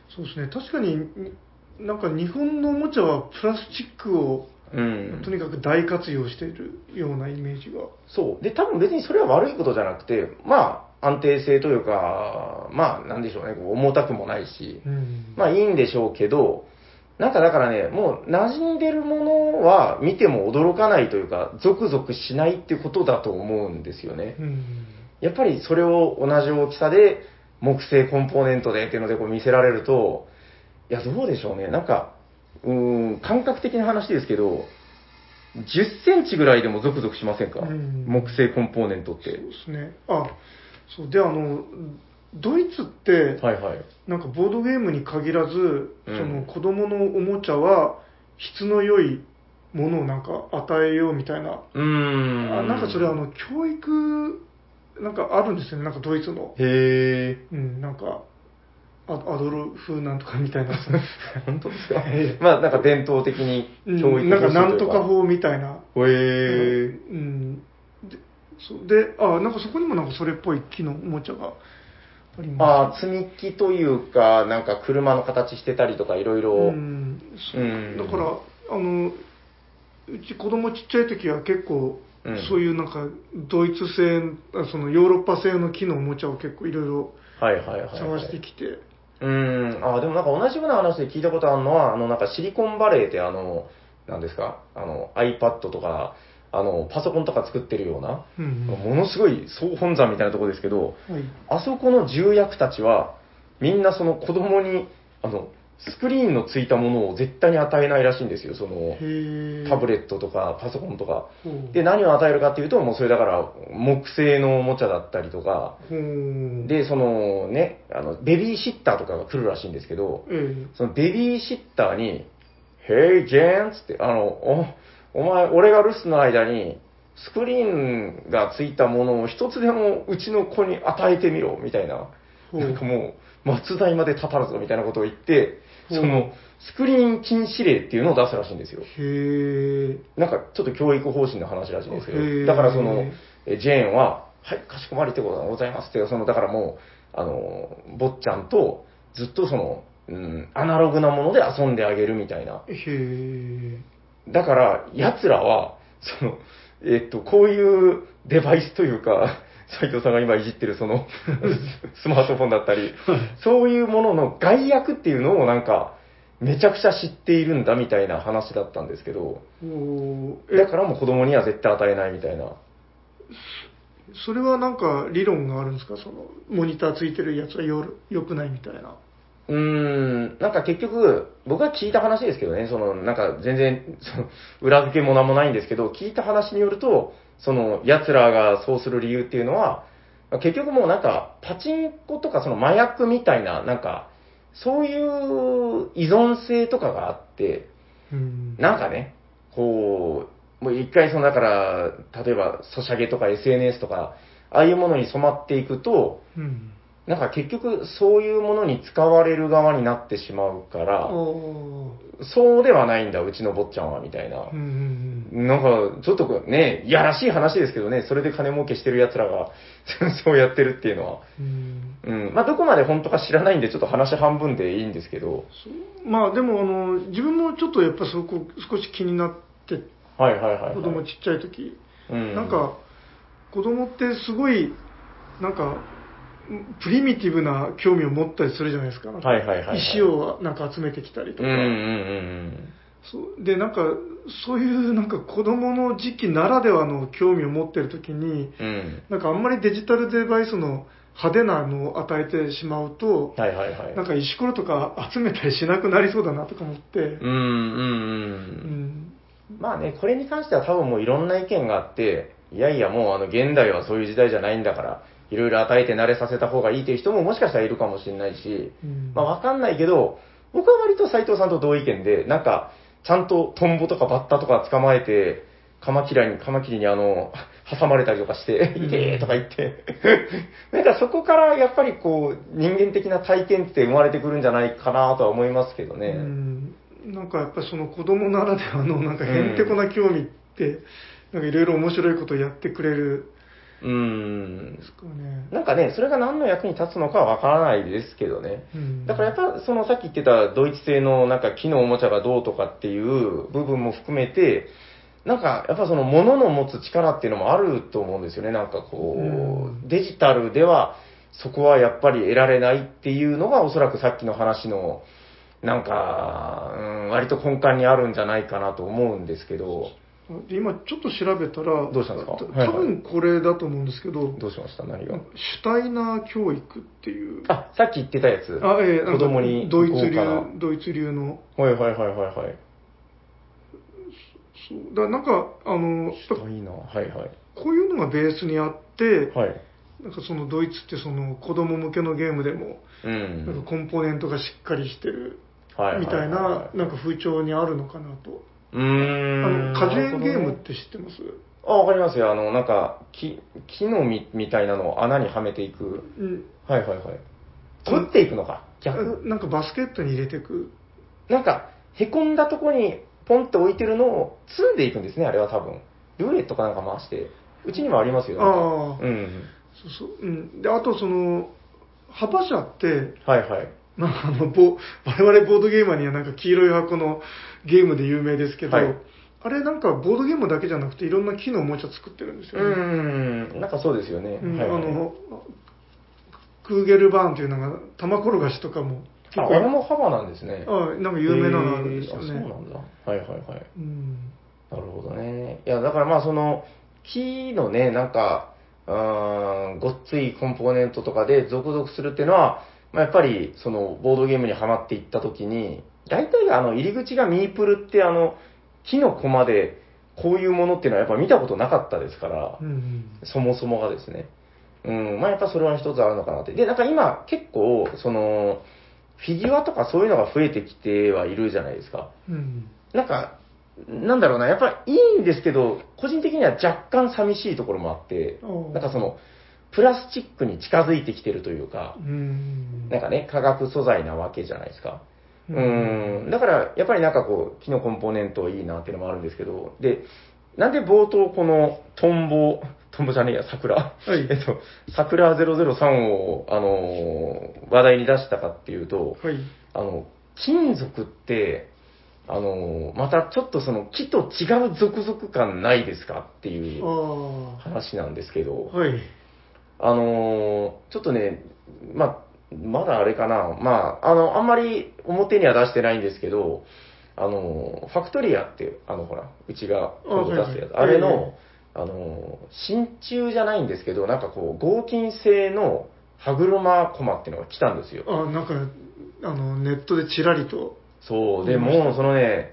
そうですね。確かに、になんか日本のおもちゃはプラスチックをうんと。にかく大活用しているようなイメージが。そう。で、多分別にそれは悪いことじゃなくて、まあ、安定性というか、まあ、なんでしょうね、こう重たくもないし、うんまあいいんでしょうけど、なんかだからね、もう馴染んでるものは見ても驚かないというか、ゾクゾクしないってことだと思うんですよね。うん。やっぱりそれを同じ大きさで、木製コンポーネントでっていうのでこう見せられると、いや、どうでしょうね。なんか、うーん、感覚的な話ですけど、10センチぐらいでもゾクゾクしませんか、うん木製コンポーネントっそうてで。すね。あ、そう。で、あの、ドイツって、はいはい。なんかボードゲームに限らず、うんその子供のおもちゃは質の良いものをなんか与えようみたいな、うーん。あなんかそれあ、の教育なんかあるんですよねなんかドイツの、へ ー。うん、なんかアアドルフなんとかみたいな本当ですかえまあなんか伝統的にうん 教育なんかなんとか方法みたいな、へえうん、でそうであなんかそこにもなんかそれっぽい木のおもちゃがありますああ積み木というかなんか車の形してたりとかいろいろうんそううんだからあのうち子供ちっちゃい時は結構、うんそういうなんかドイツ製あそのヨーロッパ製の木のおもちゃを結構いろいろはいはいはいはい探してきて、うんああでもなんか同じような話で聞いたことあるのはあのなんかシリコンバレーってあのなんですかあの iPad とかあのパソコンとか作ってるような、うんうんものすごい総本山みたいなところですけどはい、あそこの重役たちはみんなその子供にあのスクリーンのついたものを絶対に与えないらしいんですよそのへタブレッットとかパソコンとか。トで、何を与えるかっていうと、もうそれだから、木製のおもちゃだったりとか、ほう、で、そのね、あの、ベビーシッターとかが来るらしいんですけど、えそのベビーシッターに、Hey, Jen! つって、あの、お、お前、俺が留守の間に、スクリーンがついたものを一つでもうちの子に与えてみろ、みたいな。えなんかもう、松代まで立たるぞ、みたいなことを言って、ほうその、スクリーン禁止令っていうのを出すらしいんですよ。へえなんかちょっと教育方針の話らしいんですけへーど、だからその、えジェーンは、はい、かしこまりってことがございますっていう、その、だからもう、あの、坊っちゃんとずっとその、うん、アナログなもので遊んであげるみたいな。へえだから、奴らは、その、えっと、こういうデバイスというか、 斉藤さんが今いじってるそのスマートフォンだったり、そういうものの害悪っていうのをなんか、めちゃくちゃ知っているんだみたいな話だったんですけど、おーだえからもう子供には絶対与えないみたいな。それはなんか理論があるんですかそのモニターついてるやつはよよくないみたいなうーん、なんか結局、僕が聞いた話ですけどね、その、なんか全然、その、裏付けも何もないんですけど、聞いた話によると、その、奴らがそうする理由っていうのは、結局もうなんか、パチンコとかその麻薬みたいな、なんか、そういう依存性とかがあって、うんなんかね、こう、もう一回その、だから、例えば、ソシャゲとか SNS とか、ああいうものに染まっていくと、うんなんか結局そういうものに使われる側になってしまうかああら、うんそうではないんだ、うちの坊ちゃんは、みたいなうんう。んなんか、ちょっとこうね、いやらしい話ですけどね、それで金儲けしてる奴らが、 そうやってるっていうのは。うんうん。まあ、どこまで本当か知らないんで、ちょっと話半分でいいんですけど。そうまあでもあの自分もちょっとやっぱそこ少し気になってはいはいはい、はい。子供ちっちゃい時うん。なんか、子供ってすごいなんかプリミティブな興味を持ったりするじゃないですかなんかはいはいはいはい石をなんか集めてきたりとか、うんうんうんそうでなんかそういうなんか子供の時期ならではの興味を持ってる時にうん。うん。なんかあんまりデジタルデバイスの派手なのを与えてしまうと、はいはいはい。なんか石ころとか集めたりしなくなりそうだなとか思って、うんうんううん。んまあね、これに関しては多分もういろんな意見があって、いやいやもうあの現代はそういう時代じゃないんだから、いろいろ与えて慣れさせた方がいいという人ももしかしたらいるかもしれないし、うんまあわかんないけど、僕は割と斉藤さんと同意見で、なんか、ちゃんとトンボとかバッタとか捕まえて、カマキラに、カマキリにあの、挟まれたりとかして、うんいてーとか言って。 なんかそこからやっぱりこう、人間的な体験って生まれてくるんじゃないかなとは思いますけどね。うんなんかやっぱその子供ならではのなんかへんてこな興味って、なんかいろいろ面白いことをやってくれるうんんですかね。なんかね、それが何の役に立つのかはわからないですけどね。うんだからやっぱ、そのさっき言ってたドイツ製のなんか木のおもちゃがどうとかっていう部分も含めて、なんかやっぱその物の持つ力っていうのもあると思うんですよね。なんかこう、うんデジタルではそこはやっぱり得られないっていうのがおそらくさっきの話の、なんか、うん、割と根幹にあるんじゃないかなと思うんですけど、で今ちょっと調べたら、どうしたんですかたはいはい多分これだと思うんですけど、どうしました何がなんかシュタイナー教育っていう、あ、さっき言ってたやつ。あええなんか子供にドイツ流向こうから、ドイツ流の、はいはいはいはいはい。そうだからなんかあの、ちょっといいな。はいはい。こういうのがベースにあって、はい。なんかそのドイツってその子供向けのゲームでも、うなんん。かコンポーネントがしっかりしてるはみたいな、なんか風潮にあるのかなと。うあーん。の、果樹園ゲーなるほどムっねて知ってますあ、わかりますよ。あの、なんか、木、木の実みたいなのを穴にはめていく。うん。はいはいはい。取っていくのか。逆。あなんかバスケットに入れてく。なんか、へこんだとこにポンって置いてるのを積んでいくんですね、あれは多分。ルーレットかなんか回して。うちにもありますよ。ああうん。そうそう。うん。で、あとその、幅車って、はいはい。なんかあの、ぼ 我々ボードゲーマーにはなんか黄色い箱のゲームで有名ですけど、はいあれなんかボードゲームだけじゃなくていろんな木のおもちゃ作ってるんですうよね。ーん。なんかそうですよね。うんはいはいあの、クーゲルバーンというのが玉転がしとかも結あ、構あれも幅なんですね。あなんか有名なのあるんですよへーあねそう。なんだ。はいはいはい。うんなるほどね。いや、だからまあその、木のね、なんか、うーん、ごっついコンポーネントとかで続々するっていうのは、まあやっぱり、その、ボードゲームにはまっていったときに、大体あの、入り口がミープルってあの、木のコマで、こういうものっていうのはやっぱ見たことなかったですからう、んそもそもがですね。うん、まあやっぱそれは一つあるのかなって。で、なんか今結構、その、フィギュアとかそういうのが増えてきてはいるじゃないですか。うんなんか、なんだろうな、やっぱりいいんですけど、個人的には若干寂しいところもあって、おーなんかその、プラスチックに近づいてきてるというかう、んなんかね、化学素材なわけじゃないですか。ううんん、だから、やっぱりなんかこう、木のコンポーネントいいなっていうのもあるんですけど、で、なんで冒頭この、トンボ、トンボじゃねえや、桜。 はいえっと、桜003を、あのー話題に出したかっていうと、はいあの、金属って、あのーまたちょっとその木と違う続々感ないですかっていうあ話なんですけあど、はいあのーちょっとね、まあ、まだあれかな、まあ、あの、あんまり表には出してないんですけど、あのーファクトリアって、あの、ほら、うちが今度出すやつ、あはあいはいれはいはいの、あのー真鍮じゃないんですけど、なんかこう、合金製の歯車コマっていうのが来たんですよ。あなんかあのネットでちらりとそう、で思いましたもうそのね、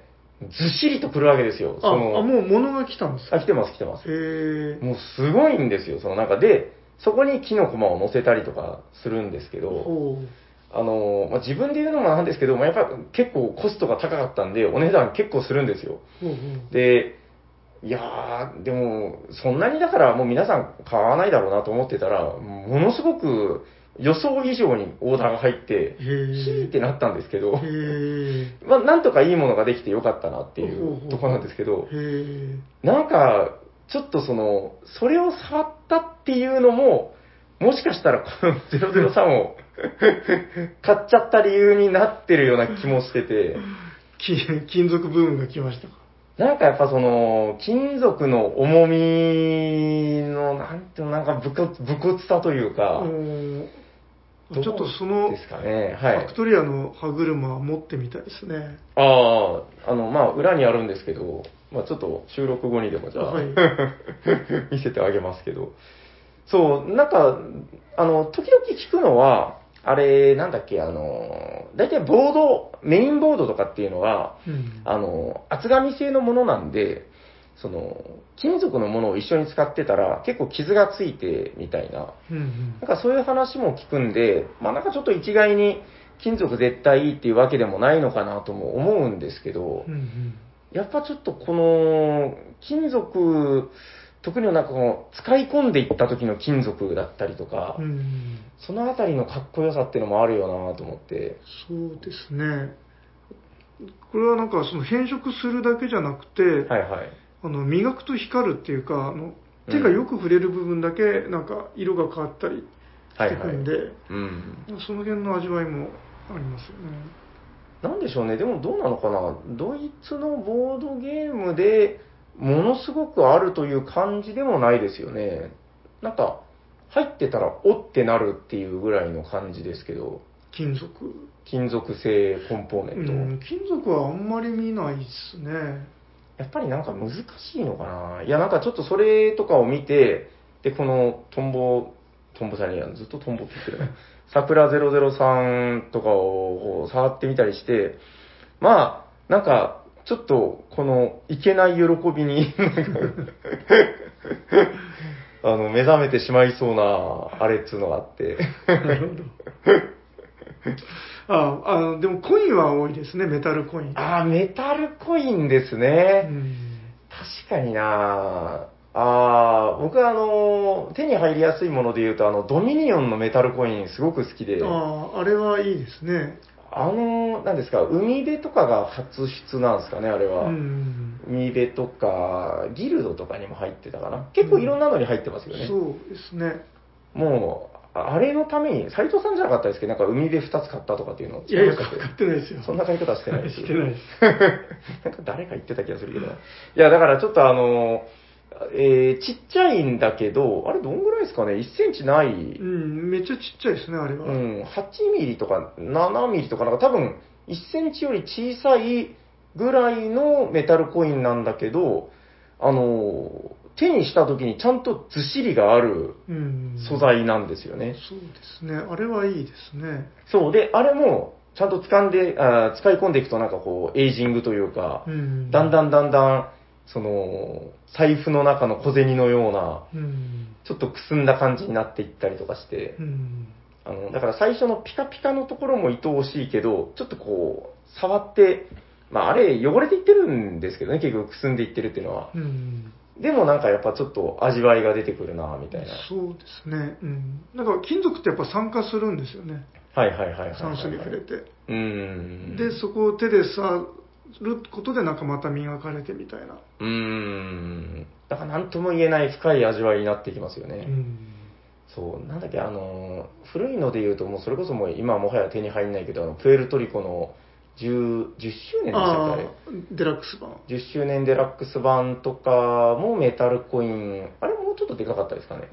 ずっしりと来るわけですよ。あそあのもう物が来たんですかあ、来てます、来てます。へえもうすごいんですよ、その中で、そこに木の駒を乗せたりとかするんですけど、ほうあの、まあ、自分で言うのもなんですけど、まあ、やっぱ結構コストが高かったんで、お値段結構するんですよ。ほうほうで、いやー、でも、そんなにだからもう皆さん買わないだろうなと思ってたら、ものすごく予想以上にオーダーが入ってへ、ヒえーってなったんですけど、へえまあ、なんとかいいものができてよかったなっていほうほうほううところなんですけど、へえなんか、ちょっとその、それを触ったっていうのも、もしかしたらこ の003を 買っちゃった理由になってるような気もしてて、金金属ブームが来ましたかなんかやっぱその、金属の重みの、なんていうの、なんか武骨武骨さというか、うんちどょうっとそのですかね。はファいク。トリアの歯車は持ってみたいですね。ああ、あの、まあ、裏にあるんですけど、まあ、ちょっと収録後にでもじゃあ、はい 見せてあげますけど。そう、なんか、あの、時々聞くのは、あれ、なんだっけ、あの、大体ボード、メインボードとかっていうのは、うんあの、厚紙製のものなんで、その、金属のものを一緒に使ってたら、結構傷がついて、みたいな。うんなんかそういう話も聞くんで、まあなんかちょっと一概に金属絶対いいっていうわけでもないのかなとも思うんですけどうんう、んやっぱちょっとこの金属、特になんかこの使い込んでいった時の金属だったりとかうんう、んそのあたりのかっこよさっていうのもあるよなと思って。そうですね。これはなんかその変色するだけじゃなくて、はいはい。あの磨くと光るっていうか、あのうん手がよく触れる部分だけなんか色が変わったりしてくんで、はいうん。その辺の味わいもありますよね。なんでしょうね、でもどうなのかな、ドイツのボードゲームでものすごくあるという感じでもないですよね。なんか、入ってたらおってなるっていうぐらいの感じですけど、金属。金属製コンポーうネント。ん、金属はあんまり見ないですね。やっぱりなんか難しいのかな。いや、なんかちょっとそれとかを見て、で、このトンボ、トンボじゃねえや、ずっとトンボって言ってるな。桜003とかをこう触ってみたりして、まあ、なんか、ちょっと、この、いけない喜びに、 なんかあの、目覚めてしまいそうな、あれっつうのがあって。なるほど。 ああの、でもコインは多いですね、メタルコイン。ああ、メタルコインですうね。ん。確かになああー僕はあのー手に入りやすいもので言うとあのドミニオンのメタルコインすごく好きであああ、あれはいいですね。のーなんですか海辺とかが初出なんですかねあれうは、ん。海辺とかギルドとかにも入ってたかな結構いろんなのに入ってますよね、そうですね。もうああれのために斎藤さんじゃなかったですけどなんか海辺2つ買ったとかっていうのいやいや、違いま買したっけってないですよ。そんな買い方は してないですしてないです。なんか誰か言ってた気がするけどな。いや、だからちょっとあの、えーちっちゃいんだけど、あれどんぐらいですかね ?1 センチない、う、うんめっちゃちっちゃいですね、あれは。ん、8ミリとか7ミリとかなんか多分1センチより小さいぐらいのメタルコインなんだけど、あの、手にした時にちゃんとずしりがあるうん。素。材なんですよね。そうですね。あれはいいですね。そう。で、あれもちゃんと掴んで、あー使い込んでいくとなんかこう、エイジングというか、うん。だんだんだんだん、その、財布の中の小銭のような、うん。ちょっとくすんだ感じになっていったりとかしてう、ん。あの、だから最初のピカピカのところも愛おしいけど、ちょっとこう、触って、まああれ汚れていってるんですけどね、結局くすんでいってるっていうのは。うん。でもなんかやっぱちょっと味わいが出てくるな、みたいな。そうですね。うん。なんか金属ってやっぱ酸化するんですよね。はいはいはいはいはい、酸素に触れて。うーん。で、そこを手で触ることでなんかまた磨かれてみたいな。うーん。だからなんとも言えない深い味わいになっていきますよね。うん。そう、なんだっけ、あのー、古いので言うと、もうそれこそもう今はもはや手に入んないけど、あのプエルトリコの10、10周年でしたっけあれあ。あ、デラックス版。 10周年デラックス版とかもメタルコイン、あれもうちょっとでかかったですかね。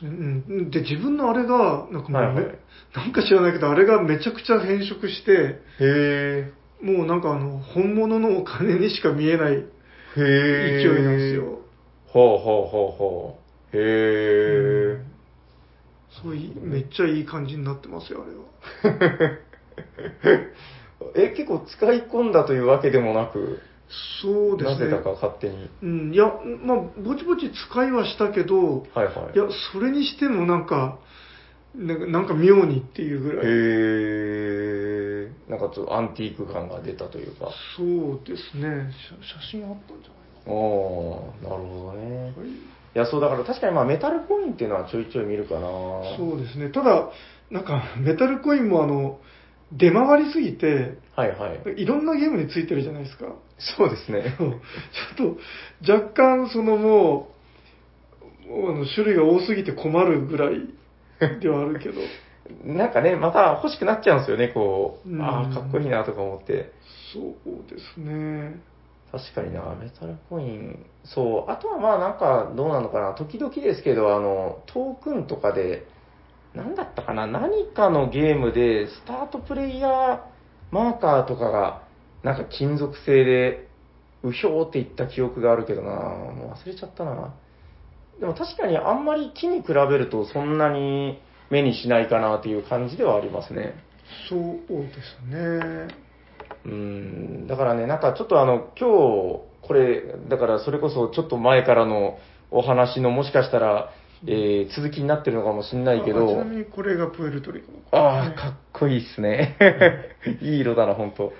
そうですね。うん。で、自分のあれが、なんかもうめ、はいはいなんか知らないけど、あれがめちゃくちゃ変色して、へもうなんかあの、本物のお金にしか見えないえ。へえ。勢いなんですよ。。ほうほうほうほう。へえ。そういめっちゃいい感じになってますよ、あれは。 え、結構使い込んだというわけでもなく、そうですね。なぜだか勝手に。うん、いや、まあ、ぼちぼち使いはしたけど、はいはいい。や、それにしてもなんか、なんかなんか妙にっていうぐらい。へえ。なんかちょっとアンティーク感が出たというか。そうですね。写写真あったんじゃおー、なるほどね。ないいや、そうだから確かにまあメタルコインっていうのはちょいちょい見るかな。かな。そうですね。ただ、なんか、メタルコインもあの、出回りすぎて、はいはい。いろんなゲームについてるじゃないですか。そうですね。ちょっと、若干、そのもう、もうあの種類が多すぎて困るぐらいではある けど、なんかね、また欲しくなっちゃうんですよね、こう。うんああ、かっこいいなとか思って。そうですね。確かにな、メタルコイン。そう。あとはまあなんか、どうなのかな。時々ですけど、あの、トークンとかで、なんだったかな、何かのゲームで、スタートプレイヤーマーカーとかが、なんか金属製で、うひょーっていった記憶があるけどな、もう忘れちゃったな。でも確かにあんまり木に比べるとそんなに目にしないかなという感じではありますね。そうですね。うーんだからね、なんかちょっとあの、今日、これ、だからそれこそちょっと前からのお話のもしかしたら、えー続きになってるのかもしんないけあちどな、みにこれがプエルトリコの子ああ、かっこいいっすね。 いい色だな、ほんと。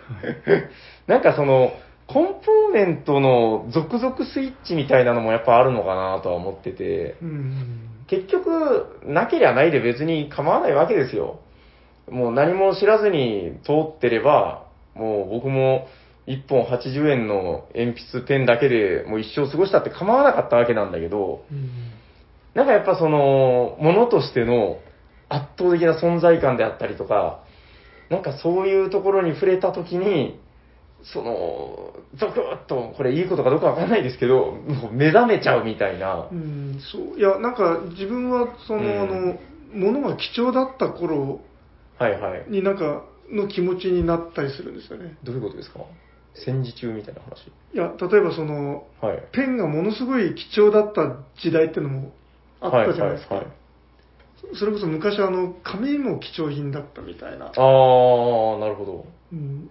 なんかその、コンポーネントの続々スイッチみたいなのもやっぱあるのかなとは思ってて、うん。結局、なけりゃないで別に構わないわけですよ。もう何も知らずに通ってれば、もう僕も1本80円の鉛筆ペンだけでもう一生過ごしたって構わなかったわけなんだけど、うん。なんかやっぱその、ものとしての圧倒的な存在感であったりとか、なんかそういうところに触れたときに、その、ゾクッと、これいいことかどうかわかんないですけど、もう目覚めちゃうみたいな。うん、そう。いや、なんか自分は、その、うんあの、物が貴重だった頃はいはい。になんか、の気持ちになったりするんですよね。どういうことですか戦時中みたいな話。いや、例えばその、はい。ペンがものすごい貴重だった時代ってのもあったじゃないですか。はいはいはいそれこそ昔あの、紙も貴重品だったみたいな。ああ、なるほど。うん、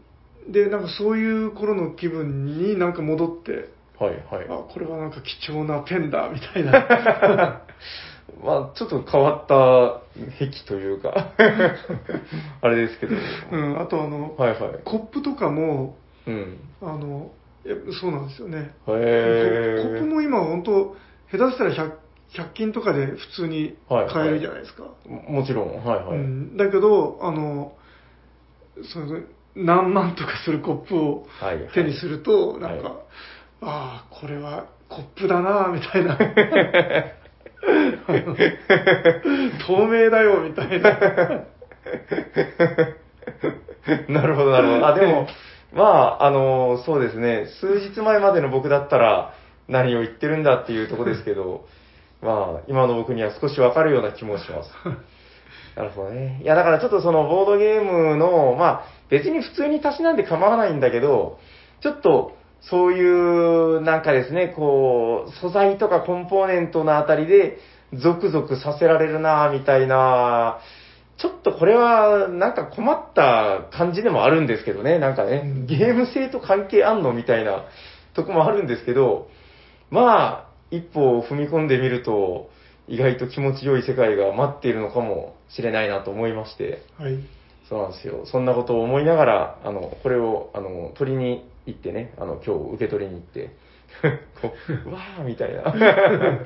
で、なんかそういう頃の気分になんか戻って、はいはい。あ、これはなんか貴重なペンだ、みたいな。 まあ、ちょっと変わった癖とい うか、あれですけど。うん、あとあの、はいはい。コップとかも、うん。あの、いやそうなんですよね。へコえ。ップも今本当下手したら 100, 100均とかで普通に買えるじゃないですか。もちろん、はいはい。うん、だけど、あの、その何万とかするコップをはいはい手にすると、はいなんか、はいああ、これはコップだなぁみたい な。透明だよ、みたいな。 なるほど、なるほど。あ、でも、まあ、あの、そうですね、数日前までの僕だったら、何を言ってるんだっていうとこですけど、まあ、今の僕には少しわかるような気もします。なるほどね。いや、だからちょっとそのボードゲームの、まあ、別に普通にたしなんで構わないんだけど、ちょっと、そういう、なんかですね、こう、素材とかコンポーネントのあたりで、ゾクゾクさせられるなぁみたいなちょっとこれは、なんか困った感じでもあるんですけどね、なんかねうん、ゲーム性と関係あんのみたいなとこもあるんですけど、まあ、一歩踏み込んでみると、意外と気持ちよい世界が待っているのかもしれないなと思いまして、はい。そうなんですよ。そんなことを思いながら、あの、これを、あの、取りに行ってね、あの、今日受け取りに行って、 こ う、うわーみたいな。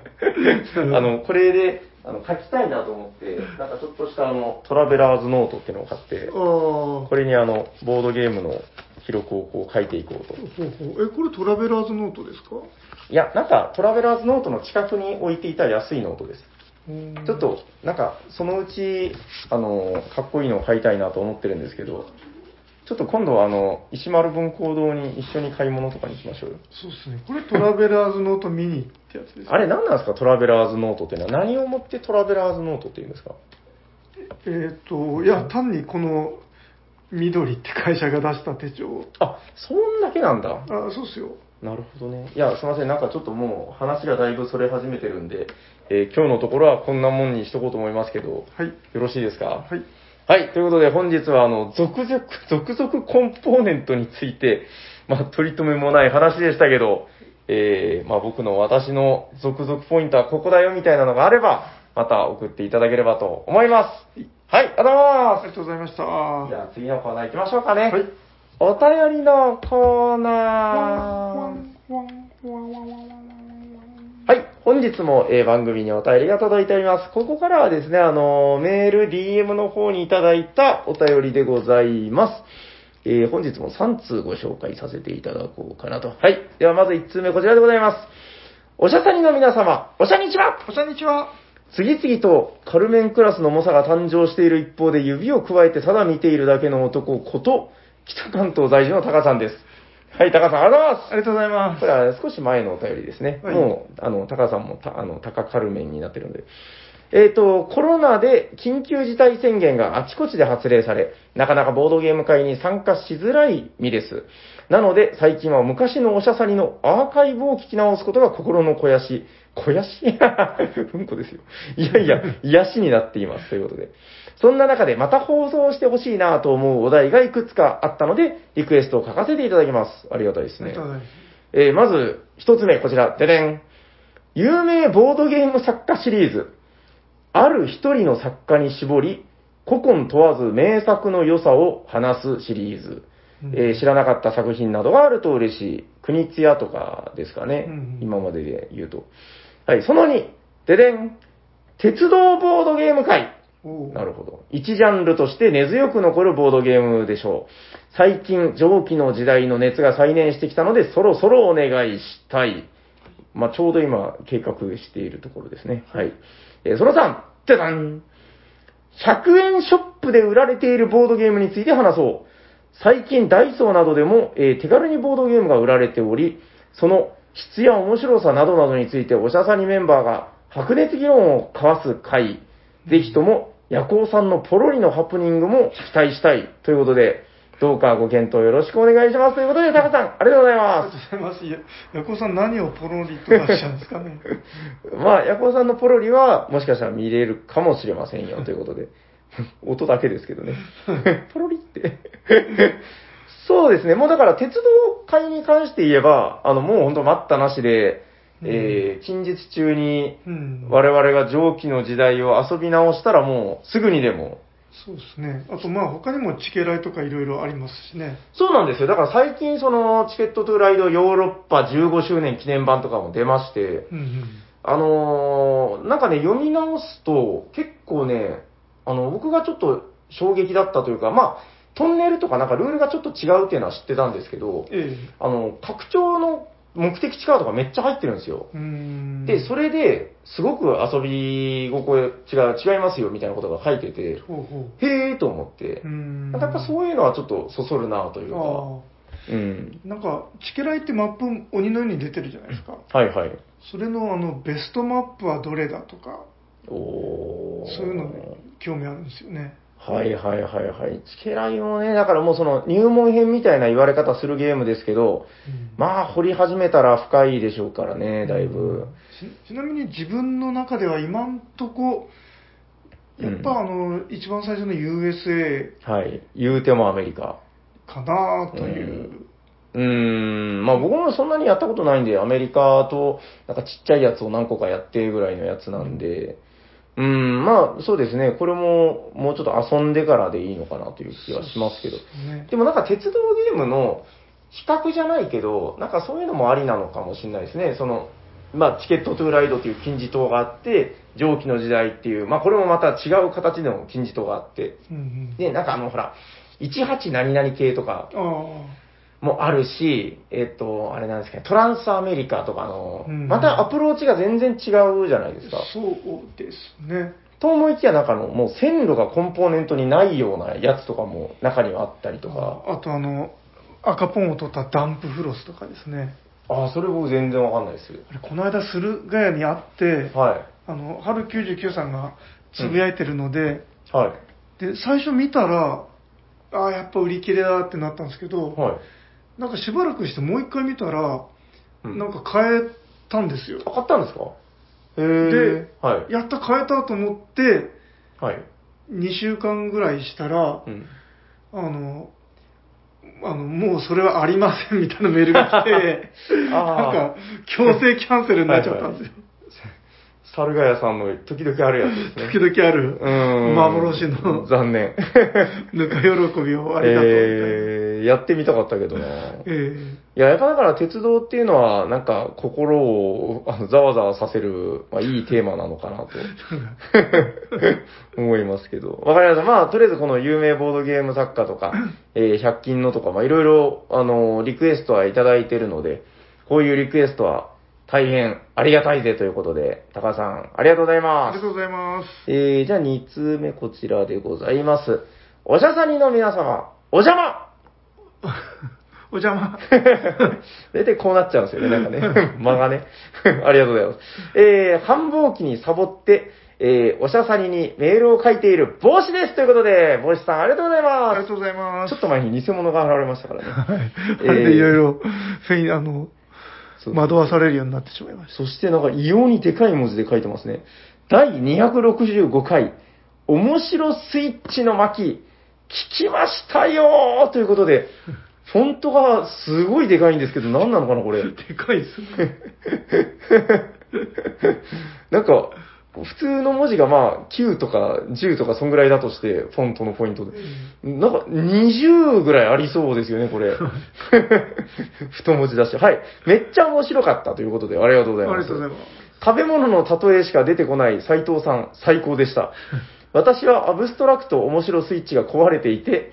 あの、これで、あの、書きたいなと思って、なんかちょっとしたあの、トラベラーズノートっていうのを買って、ああこ。れにあの、ボードゲームの記録をこう書いていこうと。ほうほうえ、これトラベラーズノートですかいや、なんか、トラベラーズノートの近くに置いていた安いノートです。ちょっ。と、なんか、そのうち、あの、かっこいいのを買いたいなと思ってるんですけど、ちょっと今度はあの、石丸文行堂に一緒に買い物とかにしましょうよ。そうですね。これトラベラーズノートミニってやつです。あれ何なんですかトラベラーズノートってのは何をもってトラベラーズノートって言うんですかえっ、と、いや、単にこの、緑って会社が出した手帳。あ、そんだけなんだ。あ、そうっすよ。なるほどね。いや、すいません。なんかちょっともう話がだいぶそれ始めてるんで、えー今日のところはこんなもんにしとこうと思いますけど、よはい。ろしいですかはい。はい。ということで、本日は、あの、続々、続々コンポーネントについて、まあ、取り留めもない話でしたけど、えー、まあ、僕の私の続々ポイントはここだよみたいなのがあれば、また送っていただければと思います。はい、ありがとうございあまりすがとうございました。じはゃあ、次のコーナー行きましょうかね。い。お便りのコーワナー。ンワンワンワンワンワンワンワンはい。本日も、えー番組にお便りが届いております。ここからはですね、あのーメール、DM の方にいただいたお便りでございます。えー本日も3通ご紹介させていただこうかなと。はい。ではまず1通目こちらでございます。おしゃさにの皆様、おしゃにちはこんにちは。次々とカルメンクラスの猛者が誕生している一方で指をくわえてただ見ているだけの男こと、北関東在住のタカさんです。はい、タカさん、ありがとうございますありがとうございまこす。れは少し前のお便りですね。はいもう、あの、タカさんもた、あの、タカカルメンになってるので。えっ、と、コロナで緊急事態宣言があちこちで発令され、なかなかボードゲーム会に参加しづらい身です。なので、最近は昔のおしゃさりのアーカイブを聞き直すことが心の肥やし、肥やし うんこですよ。いやいや、癒しになっています。ということで。そんな中でまた放送してほしいなと思うお題がいくつかあったので、リクエストを書かせていただきます。ありがたいですありね。がとうございます。えーまず、一つ目、こちら、ででん。有名ボードゲーム作家シリーズ。ある一人の作家に絞り、古今問わず名作の良さを話すシリーズ。うんえー知らなかった作品などがあると嬉しい。国津屋とかですかね。うんうん今までで言うと。はい、その2、ででん。鉄道ボードゲーム会。おうなるほど。一ジャンルとして根強く残るボードゲームでしょう。最近、蒸気の時代の熱が再燃してきたので、そろそろお願いしたい。まあ、ちょうど今、計画しているところですね。はい。えーその3、じゃだん !100 円ショップで売られているボードゲームについて話そう。最近、ダイソーなどでも、えー手軽にボードゲームが売られており、その質や面白さなどなどについて、おしゃさにメンバーが白熱議論を交わす会。ぜひとも、夜行さんのポロリのハプニングも期待したい。ということで、どうかご検討よろしくお願いします。ということで、タカさん、ありがとうございありまがすと。うございます。いや、ヤコウさん何をポロリと出したんですか ね。まあ、ヤコウさんのポロリは、もしかしたら見れるかもしれませんよ、という ことで。音だけですけど ね。ポロリって。そうですね。もうだから、鉄道会に関して言えば、あの、もう本当待ったなしで、えー近日中に、うん。我々が蒸気の時代を遊び直したらもう、すぐにでも、そうですね。あと、まあ、他にもチケライとかいろいろありますしね。そうなんですよ。だから最近、その、チケットトゥーライドヨーロッパ15周年記念版とかも出まして、うんうん。あのーなんかね、読み直すと、結構ね、あの、僕がちょっと衝撃だったというか、まあ、トンネルとかなんかルールがちょっと違うっていうのは知ってたんですけど、えあの、拡張の目的地カードがめっちゃ入ってるんですよ。え。うん。で、それで、すごく遊び心が違う違いますよみたいなことが書いてて、ほうほへーと思っう。てう、ん。やっぱそういうのはちょっとそそるなというか、うん。ああ。なんか、チケライってマップ鬼のように出てるじゃないですか。はいはい。それの、あの、ベストマップはどれだとか、おーそういうのね、興味あるんですよね。はいはいはいはい。チケライもね、だからもうその入門編みたいな言われ方するゲームですけど、うんまあ掘り始めたら深いでしょうからね、だいぶ。ちちなみに自分の中では今んとこやっうんぱあの、一番最初の USA はい。言うてもアメリカ。かなという、うーん、まあ僕もそんなにやったことないんで、アメリカと、なんかちっちゃいやつを何個かやってぐらいのやつなんで、うん、まあそうですね、これももうちょっと遊んでからでいいのかなという気はしますけど。ね、でもなんか鉄道ゲームの比較じゃないけど、なんかそういうのもありなのかもしれないですね。その、まあ、チケットトゥーライドという金字塔があって、蒸気の時代っていう、まあ、これもまた違う形の金字塔があって、うんうん、で、なんかあの、ほら、18何々系とかああもあるし、えっと、あれなんですかね、トランスアメリカとかの、うんまたアプローチが全然違うじゃないですか。そうですねと思いきやなんかあの、もう線路がコンポーネントにないようなやつとかも中にはあったりとか、ああとあの、赤ポンを取ったダンプフロスとかですね。ああ、それ僕全然わかんないです。あれ、この間、駿河屋にあって、はあの、春99さんがつぶやいてるので、い。はい。で、最初見たら、ああ、やっぱ売り切れだってなったんですけど、はい。なんかしばらくしてもう一回見たら、うんなんか変えたんですよ。あ買ったんですかへでえ。はい。やっと変えたと思って、はい。 2週間ぐらいしたらう、ん。、あの、あの、もうそれはありませんみたいなメールが来てなんあか強制キャンセルになっちゃったんですよ。猿ヶ谷さんの時々あるやつですね。時々ある、うーん。幻の残 念。ぬか喜びをありがとうみたいな。えー、やってみたかったけどな。えーいや、やっぱだから鉄道っていうのは、なんか心をあのざわざわさせる、まあいいテーマなのかなと 思いますけど。わかりました。まあ、とりあえずこの有名ボードゲーム作家とか、えー、100均のとか、まあいろいろ、あの、リクエストはいただいてるので、こういうリクエストは大変ありがたいぜということで、高橋さん、ありがとうございあまりがすと。うござい ます。えー、じゃあ2通目こちらでございます。おしゃさにの皆様、お邪魔お邪魔。 大体こうなっちゃうんですよね、なんかね。 間がね。ありがとうございます。えー、繁忙期にサボって、えー、おしゃさににメールを書いている帽子ですということで、帽子さんありがとうございあま。りがとうございますすちょっ。と前に偽物が現れましたからね。 あれでいろいろ、フェイン、あの、そう惑わされるようになってしまいましそしてなんか異様にでかい文字で書いてますね。第265回、面白スイッチの巻、聞きましたよーということで、フォントがすごいでかいんですけど、何なのかな、これ。た。でかいですね。 なんか、普通の文字がまあ9とか10とかそんぐらいだとして、フォントのポイントで。なんか20ぐらいありそうですよね、これ。 太文字だし。はい。めっちゃ面白かったということで、ありがとうごあざりいます。がとうございます。食べ物の例えしか出てこない斉藤さん、最高でした。私はアブストラクト面白スイッチが壊れていて、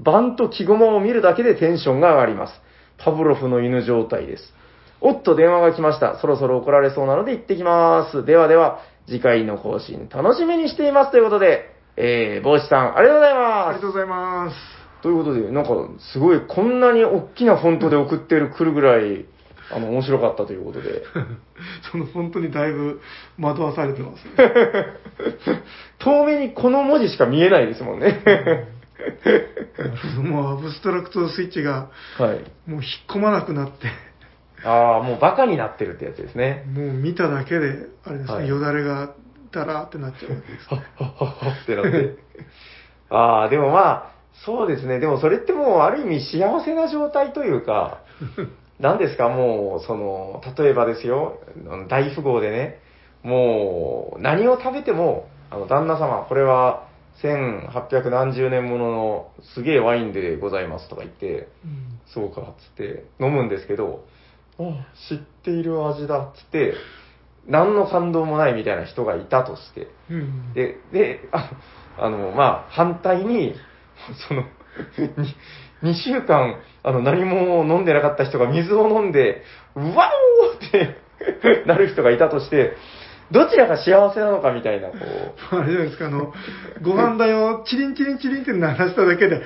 盤と木駒を見るだけでテンションが上がります。パブロフの犬状態です。おっと、電話が来ました。そろそろ怒られそうなので行ってきます。ではでは、次回の更新楽しみにしています。ということで、えー、帽子さん、ありがとうございあまりがとうございます。す。ということで、なんか、すごい、こんなに大きなフォントで送ってるくるぐらい、あの、面白かったということで。その本当にだいぶ惑わされてます、ね。 遠目にこの文字しか見えないですもんね。 もうアブストラクトスイッチがはい。もう引っ込まなくなって、 ああ、もうバカになってるってやつです ね。もう見ただけで、あれですね、はいよだれがだらーってなっちゃう。はっはっはっはってなって。 ああ、でもまあ、そうですね。でもそれってもうある意味幸せな状態という か、何ですか、もう、その、例えばですよ、あの大富豪でね、もう、何を食べても、あの、旦那様、これは、1800何十年もののすげえワインでございますとか言って、うんそうか、つって、飲むんですけど、あ知っている味だ、つって、何の感動もないみたいな人がいたとして、うんで、で、あの、あのまあ、反対に、その、2週間、あの、何も飲んでなかった人が水を飲んで、うわおーってなる人がいたとして、どちらが幸せなのかみたいな、こう、あれじゃないですか、あの、ご飯だよ、チリンチリンチリンって鳴らしただけで、はい、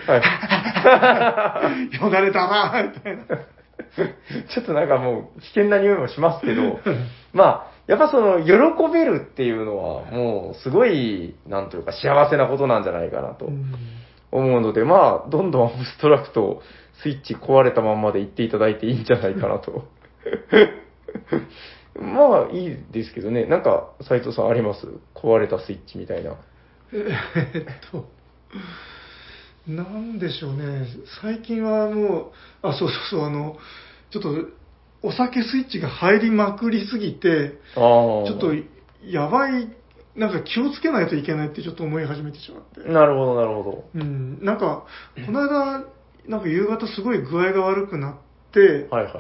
よだれだなーみたいな。 ちょっとなんかもう危険な匂いもしますけど、 まあ、やっぱその、喜べるっていうのは、もう、すごい、なんというか、幸せなことなんじゃないかなとうん思うので、まあ、どんどんアブストラクト、スイッチ壊れたまんまで行っていただいていいんじゃないかなと。 まあ、いいですけどね。なんか、斉藤さんあります壊れたスイッチみたいな。えっと、なんでしょうね、最近はもう、あ、そうそうそう、あの、ちょっと、お酒スイッチが入りまくりすぎて、ああ。ちょちょっと、やばい、なんか気をつけないといけないってちょっと思い始めてしまって。なるほど、なるほど。うん、なんか、この間、なんか夕方すごい具合が悪くなって、はいはい。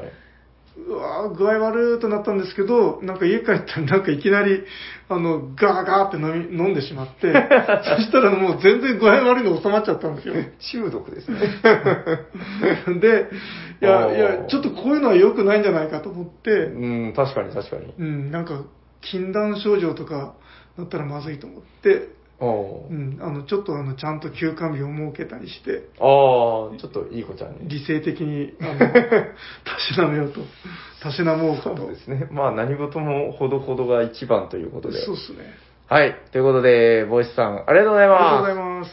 うわー具合悪いとなったんですけど、なんか家帰ったらなんかいきなり、あの、ガーガーって飲み、飲んでしま って、そしたらもう全然具合悪いの収まっちゃったん ですよ。中毒ですね。 で、いあや、ーいや、ちょっとこういうのは良くないんじゃないかと思って、うん、確かに確かに。うん、なんか、禁断症状とか、なったらまずいと思って、おうん、ーあのちょっとあのちゃんと休館日を設けたりして、ああ、ちょっといい子ちゃんね。理性的にあ のたしなめようと、たしなもうかそと。うですね。まあ何事もほどほどが一番ということで。そうですね。はい。ということで、ボイスさん、ありがとうござあいりがとうまごすざい。ます。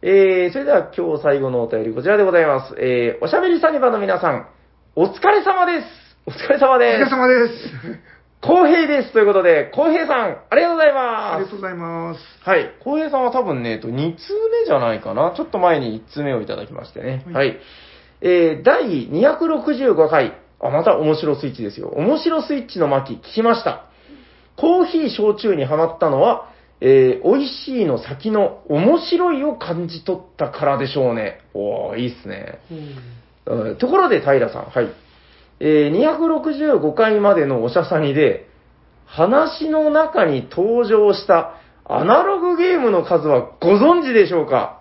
えー、それでは今日最後のお便り、こちらでございます。えー、おしゃべりサニバの皆さん、お疲れ様です。お疲れ様お疲でれす。様です。公平です。ということで、公平さん、ありがとうございあまりがとうごす。ざいます。はい。公平さんは多分ね、えっと、2通目じゃないかな。ちょっと前に1通目をいただきましてね。はいはい。えー、第265回。あ、また面白スイッチですよ。面白スイッチの巻、聞きました。コーヒー焼酎にハマったのは、えー、美味しいの先の面白いを感じ取ったからでしょうね。おー、いいっすね。うんところで、平さん、はい。えー265回までのおしゃさにで、話の中に登場したアナログゲームの数はご存知でしょうか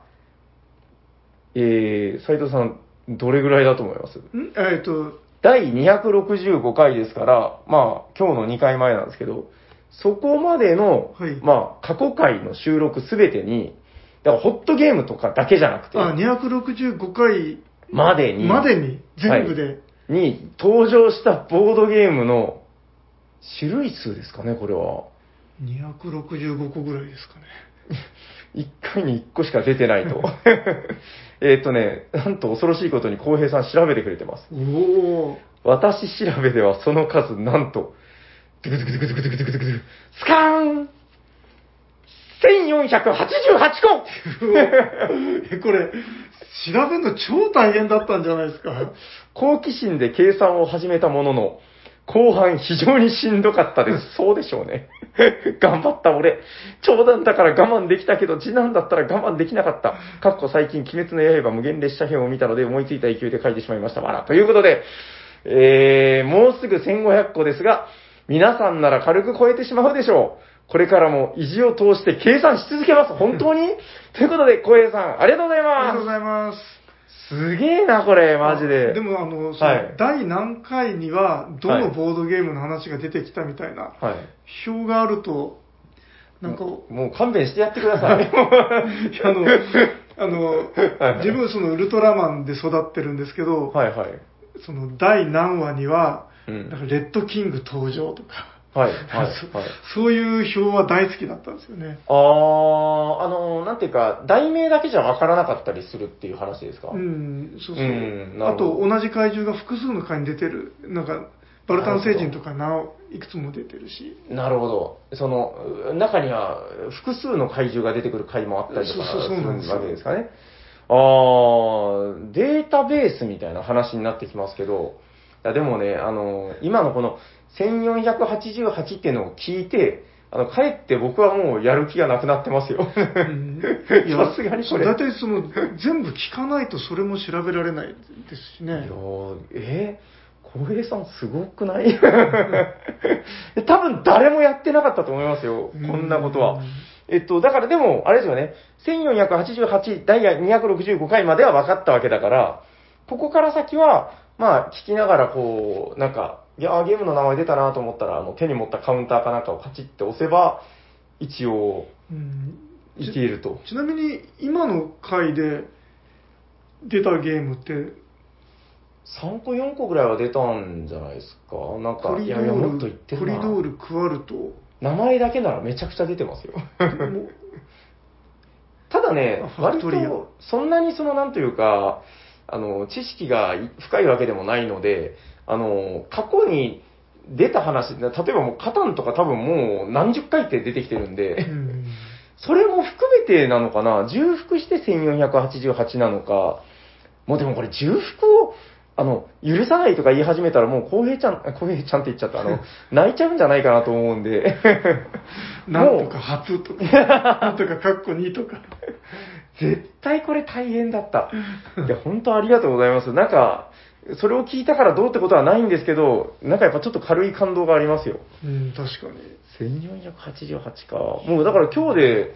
えー、斉藤さん、どれぐらいだと思いますんえっと、第265回ですから、まあ、今日の2回前なんですけど、そこまでの、はいまあ、過去回の収録すべてに、だからホットゲームとかだけじゃなくて、あ、265回までに、までに全部で、に登場したボードゲームの種類数ですかね、これは。 265個ぐらいですかね。 1回に1個しか出てないと。えーっとね、なんと恐ろしいことに浩平さん調べてくれてます。おお。私調べではその数なんと、ドゥクドゥクドゥクドゥクドゥクドゥクドゥクスカーン !1488 個 え、これ、調べるの超大変だったんじゃないですか。好奇心で計算を始めたものの、後半非常にしんどかったです。そうでしょうね。 頑張った俺。冗談だから我慢できたけど、次男だったら我慢できなかった。かっこ最近、鬼滅の刃無限列車編を見たので思いついた勢いで書いてしまいました。わら。ということで、えー、もうすぐ1500個ですが、皆さんなら軽く超えてしまうでしょう。これからも意地を通して計算し続けます。本 当にということで、小平さん、ありがとうございありがとうごまざいます。す。すげえな、これ、マジで。でも、あの、そはいの第何回には、どはのいボードゲームの話が出てきたみたいな、はい。表があると、なんか、もう勘弁してやってくださ い。あ の、あのはいはい、自分、その、ウルトラマンで育ってるんですけど、はいはい。その、第何話には、うんなんか、レッドキング登場とか、 はい、はい、はい。そういう表は大好きだったんですよね。あー、あのー、なんていうか、題名だけじゃわからなかったりするっていう話ですか、うん、そうそう。うんなあるほどと、同じ怪獣が複数の回に出てる、なんか、バルタン星人とかなお、いくつも出てるし、なるほど。その、う中には複数の怪獣が出てくる回もあったりとかそうそうそうなんですするよわけですかね。あー、データベースみたいな話になってきますけど、いやでもね、あのー、今のこの1488っていうのを聞いて、あの、かえって僕はもうやる気がなくなってますよ。うんいや さすがにこそうれ。大体その全部聞かないとそれも調べられないですしいねや。ーえー、浩平さんすごくない 多分誰もやってなかったと思いますよ、こんなことうはん。えっと、だからでも、あれですよね、1488、ダイヤ265回までは分かったわけだから、ここから先は、まあ、聞きながらこう、なんか、いやー、ゲームの名前出たなと思ったら、あの、手に持ったカウンターかなんかをカチッて押せば、一応、うんいけると。ちなみに今の回で出たゲームって、 3個4個ぐらいは出たんじゃないですかなんか、コリいドやいや、もっとー言っル、てコるリな。ドール、クワル ト、名前だけならめちゃくちゃ出てますよ。もただねあ、ファ割クトリアと、そんなにその、なんというか、あの、知識が深いわけでもないので、あの、過去に出た話、例えばもう、カタンとか多分もう何十回って出てきてるんう で、んそれも含めてなのかな、重複して1488なのか、もうでもこれ重複を、あの、許さないとか言い始めたらもう、浩平ちゃん、あ浩平ちゃんって言っちゃった、あの、泣いちゃうんじゃないかなと思うんで、なんとか初 とか、なんとかカッコ2とか。絶対これ大変だった。いや、本当ありがとうございます。なんか、それを聞いたからどうってことはないんですけど、なんかやっぱちょっと軽い感動がありますよ。うん、確かに。 1488か。もうだから今日で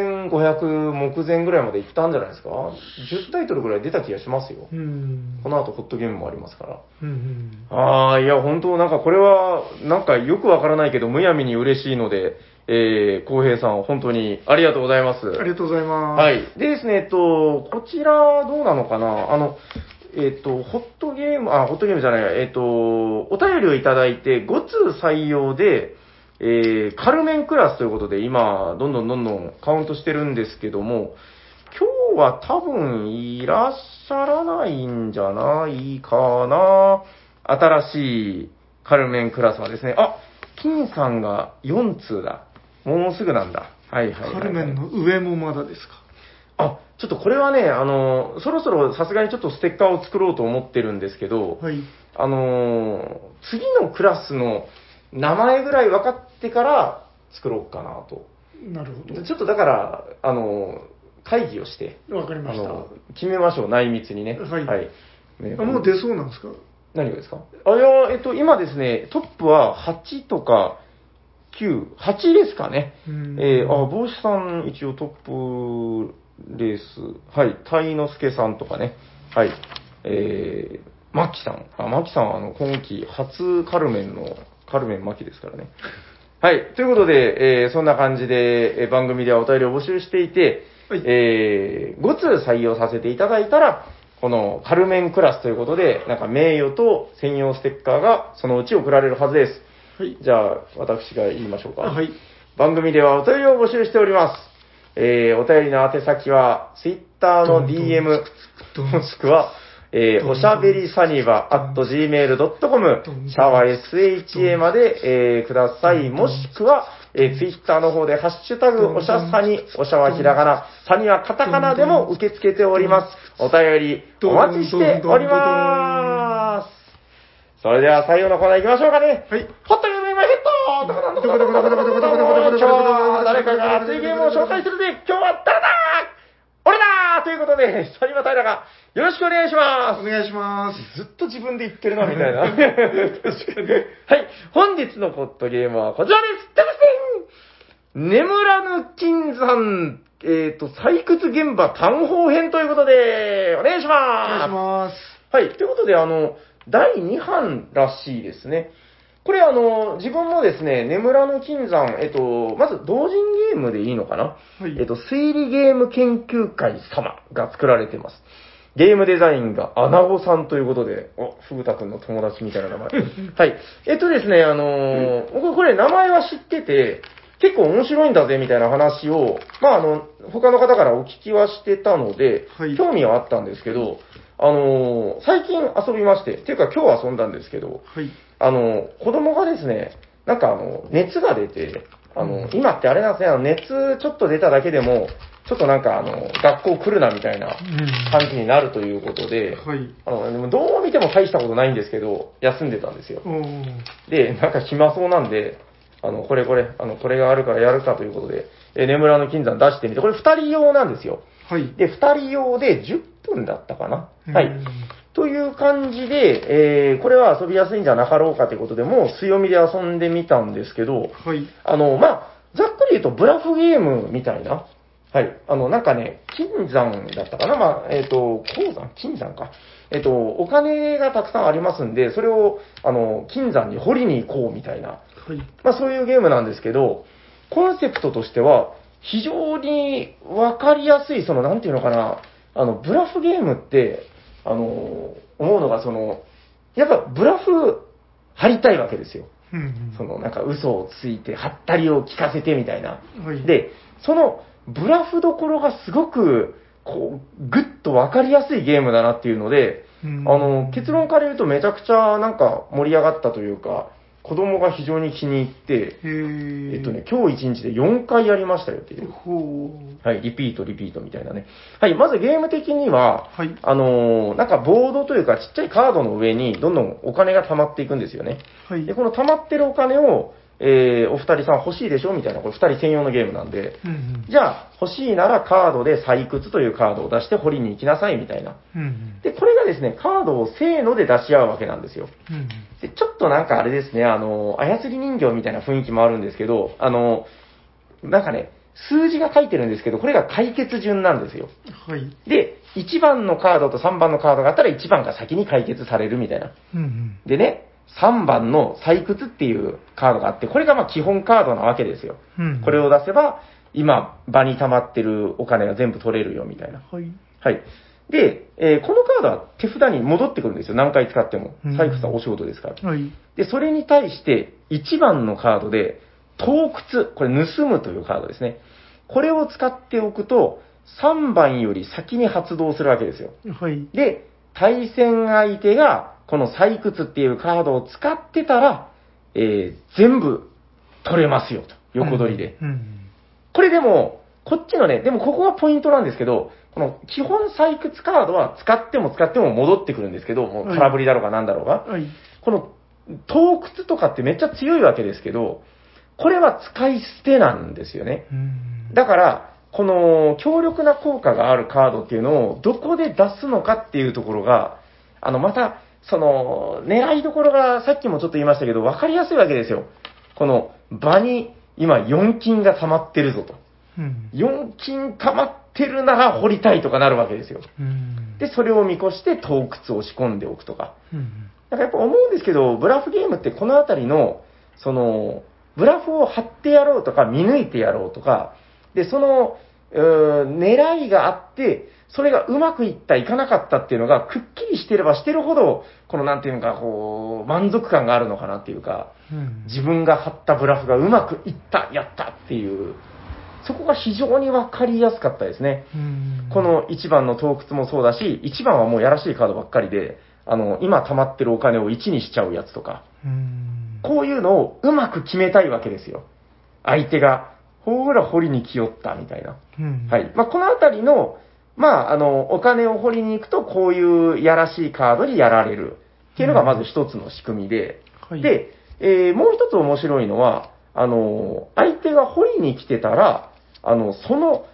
1500目前ぐらいまで行ったんじゃないですか ?10 タイトルぐらい出た気がしますよ。うんこ。の後ホットゲームもありますから。うんうんああ、いや、本当なんかこれは、なんかよくわからないけど、むやみに嬉しいので、えー、浩平さん、本当にありがとうございます。ありがとうございます。はい。でですね、えっと、こちら、どうなのかなあの、えっと、ホットゲーム、あ、ホットゲームじゃない、えっと、お便りをいただいて、5通採用で、えー、カルメンクラスということで、今、どんどんどんどんカウントしてるんですけども、今日は多分いらっしゃらないんじゃないかな新しいカルメンクラスはですね、あ、金さんが4通だ。もうすぐなんだ。はいはいはい、はい。カルメンの上もまだですか。あ、ちょっとこれはね、あの、そろそろさすがにちょっとステッカーを作ろうと思ってるんですけど、はい。あの、次のクラスの名前ぐらい分かってから作ろうかなと。なるほちょっとだから、あの、会議をして、ど。わかりまあした。の、決めましょう、内密にね。はいねあもう出そうなんですか何がですかあ、いや、えっと、今ですね、トップは8とか9、8ですかね。うんえーあ、帽子さん、一応トップレース、はい、鯛之助さんとかね、はい、えー、マキさん、あ、マキさんはあの、今季初カルメンの、カルメンマキですから ね。はい、ということで、えーそんな感じで、えー番組ではお便りを募集していて、はいえー、5通採用させていただいたら、このカルメンクラスということで、なんか名誉と専用ステッカーがそのうち送られるはずです。はい。じゃあ、私が言いましょうか。あはい。番組ではお便りを募集しております。えー、お便りの宛先は、Twitter の DM、もどんしくは、えー、おしゃべりサニバ、at gmail.com、シャワー SHA まで、えー、ください。もしくは、えー、Twitter の方で、ハッシュタグ、おしゃさに、おしゃはひらがな、さにはカタカナでも受け付けております。お便り、お待ちしております。それでは、最後のコーナー行きましょうかね。はい。ホットゲーム今ヒットどこだどこだどこだどこだどこだどこだ今日は誰かが熱いゲームを紹介するぜ今日は誰だ俺だということで、サニバタイラがよろしくお願いしまお願いします。すずっと自分で言ってるな、みたいな。確かに。はい、本日のホットゲームはこちらですダダダン眠らぬ金山、えっ、と、採掘現場探訪編ということで、お願いしお願いましすます。はい。ということで、あの、第2版らしいですね。これ、あの、自分もですね、眠らぬ金山、えっと、まず、同人ゲームでいいのかな、はいえっと、推理ゲーム研究会様が作られてます。ゲームデザインがアナゴさんということで、お、ふぐたくんの友達みたいな 名前。はい。えっとですね、あのー僕これ名前は知ってて、結構面白いんだぜみたいな話を、まあ、あの、他の方からお聞きはしてたので、はい興味はあったんですけど、あのー最近遊びまして、っていうか今日遊んだんですけど、はい。あのー子供がですね、なんかあの、熱が出て、あのー今ってあれなんですね、あの熱ちょっと出ただけでも、ちょっとなんかあの、学校来るなみたいなうん。感じになるということで、はい。あの、でもどう見ても大したことないんですけど、休んでたんですよ。おーで、なんか暇そうなんで、あの、これこれ、あの、これがあるからやるかということで、えー、眠らぬ金山出してみて、これ二人用なんですよ。はい。で、二人用で10分だったかな。はういん。という感じで、えーこれは遊びやすいんじゃなかろうかということで、もう強みで遊んでみたんですけど、はい。あの、まあ、ざっくり言うとブラフゲームみたいな。はい。あの、なんかね、金山だったかなまあ、えっ、と、鉱山金山か。えっ、と、お金がたくさんありますんで、それを、あの、金山に掘りに行こうみたいな。はい。まあ、そういうゲームなんですけど、コンセプトとしては、非常にわかりやすい、その、なんていうのかな、あの、ブラフゲームって、あの、思うのが、その、やっぱブラフ張りたいわけですよ。うんその、なんか嘘をついて、はったりを聞かせてみたいな。はい。、で、そのブラフどころがすごく、こう、ぐっとわかりやすいゲームだなっていうので、ああの、結論から言うとめちゃくちゃなんか盛り上がったというか、子供が非常に気に入って、へーえっとね、今日1日で4回やりましたよっていう。ほはい、リピート、リピートみたいなね。はい、まずゲーム的にう。は、はい。あのーなんかボードというかちっちゃいカードの上にどんどんお金が溜まっていくんですよね。はい。で、この溜まってるお金を、えーお二人さん欲しいでしょみたいな、これ二人専用のゲームなんで、うんうんじゃあ欲しいならカードで採掘というカードを出して掘りに行きなさいみたいな。うんうんで、これがですね、カードをせーので出し合うわけなんですよ。うんで、ちょっとなんかあれですね、あの、操り人形みたいな雰囲気もあるんですけど、あの、なんかね、数字が書いてるんですけど、これが解決順なんですよ。うんはい。で、1番のカードと3番のカードがあったら1番が先に解決されるみたいな。うんでね、 3番の採掘っていうカードがあって、これがまあ基本カードなわけですよ。うんこれを出せば、今、場に溜まってるお金が全部取れるよみたいな。はい。はい。で、えーこのカードは手札に戻ってくるんですよ。何回使っても。うん採掘はお仕事ですから。はい。で、それに対して、1番のカードで、盗掘、これ盗むというカードですね。これを使っておくと、3番より先に発動するわけですよ。はい。で、対戦相手が、この採掘っていうカードを使ってたら、えー全部取れますよと。横取りで。うん。これでも、こっちのね、でもここがポイントなんですけど、この基本採掘カードは使っても使っても戻ってくるんですけど、もうはい空振りだろうがなんだろうが。はい。この、洞窟とかってめっちゃ強いわけですけど、これは使い捨てなんですよね。うんだから、この強力な効果があるカードっていうのをどこで出すのかっていうところが、あの、また、その、狙いどころがさっきもちょっと言いましたけど、わかりやすいわけですよ。この場に今4金が溜まってるぞと。うん。 4金溜まってるなら掘りたいとかなるわけですよ。うんで、それを見越して洞窟を仕込んでおくとか。うんなんかやっぱ思うんですけど、ブラフゲームってこのあたりの、その、ブラフを張ってやろうとか、見抜いてやろうとか、で、その、うーん狙いがあって、それがうまくいった、いかなかったっていうのが、くっきりしてればしてるほど、このなんていうのか、こう、満足感があるのかなっていうか、うん自分が張ったブラフがうまくいった、やったっていう、そこが非常にわかりやすかったですね。うんこ、の1番の洞窟もそうだし、1番はもうやらしいカードばっかりで、あの、今溜まってるお金を1にしちゃうやつとか、うんこういうのをうまく決めたいわけですよ。相手が、ほーら掘りに来よった、みたいな。うんはい。まあ、このあたりの、まあ、あの、お金を掘りに行くと、こういうやらしいカードにやられる。っていうのがまず一つの仕組みで。はい、で、えーもう一つ面白いのは、あのー相手が掘りに来てたら、あの、その、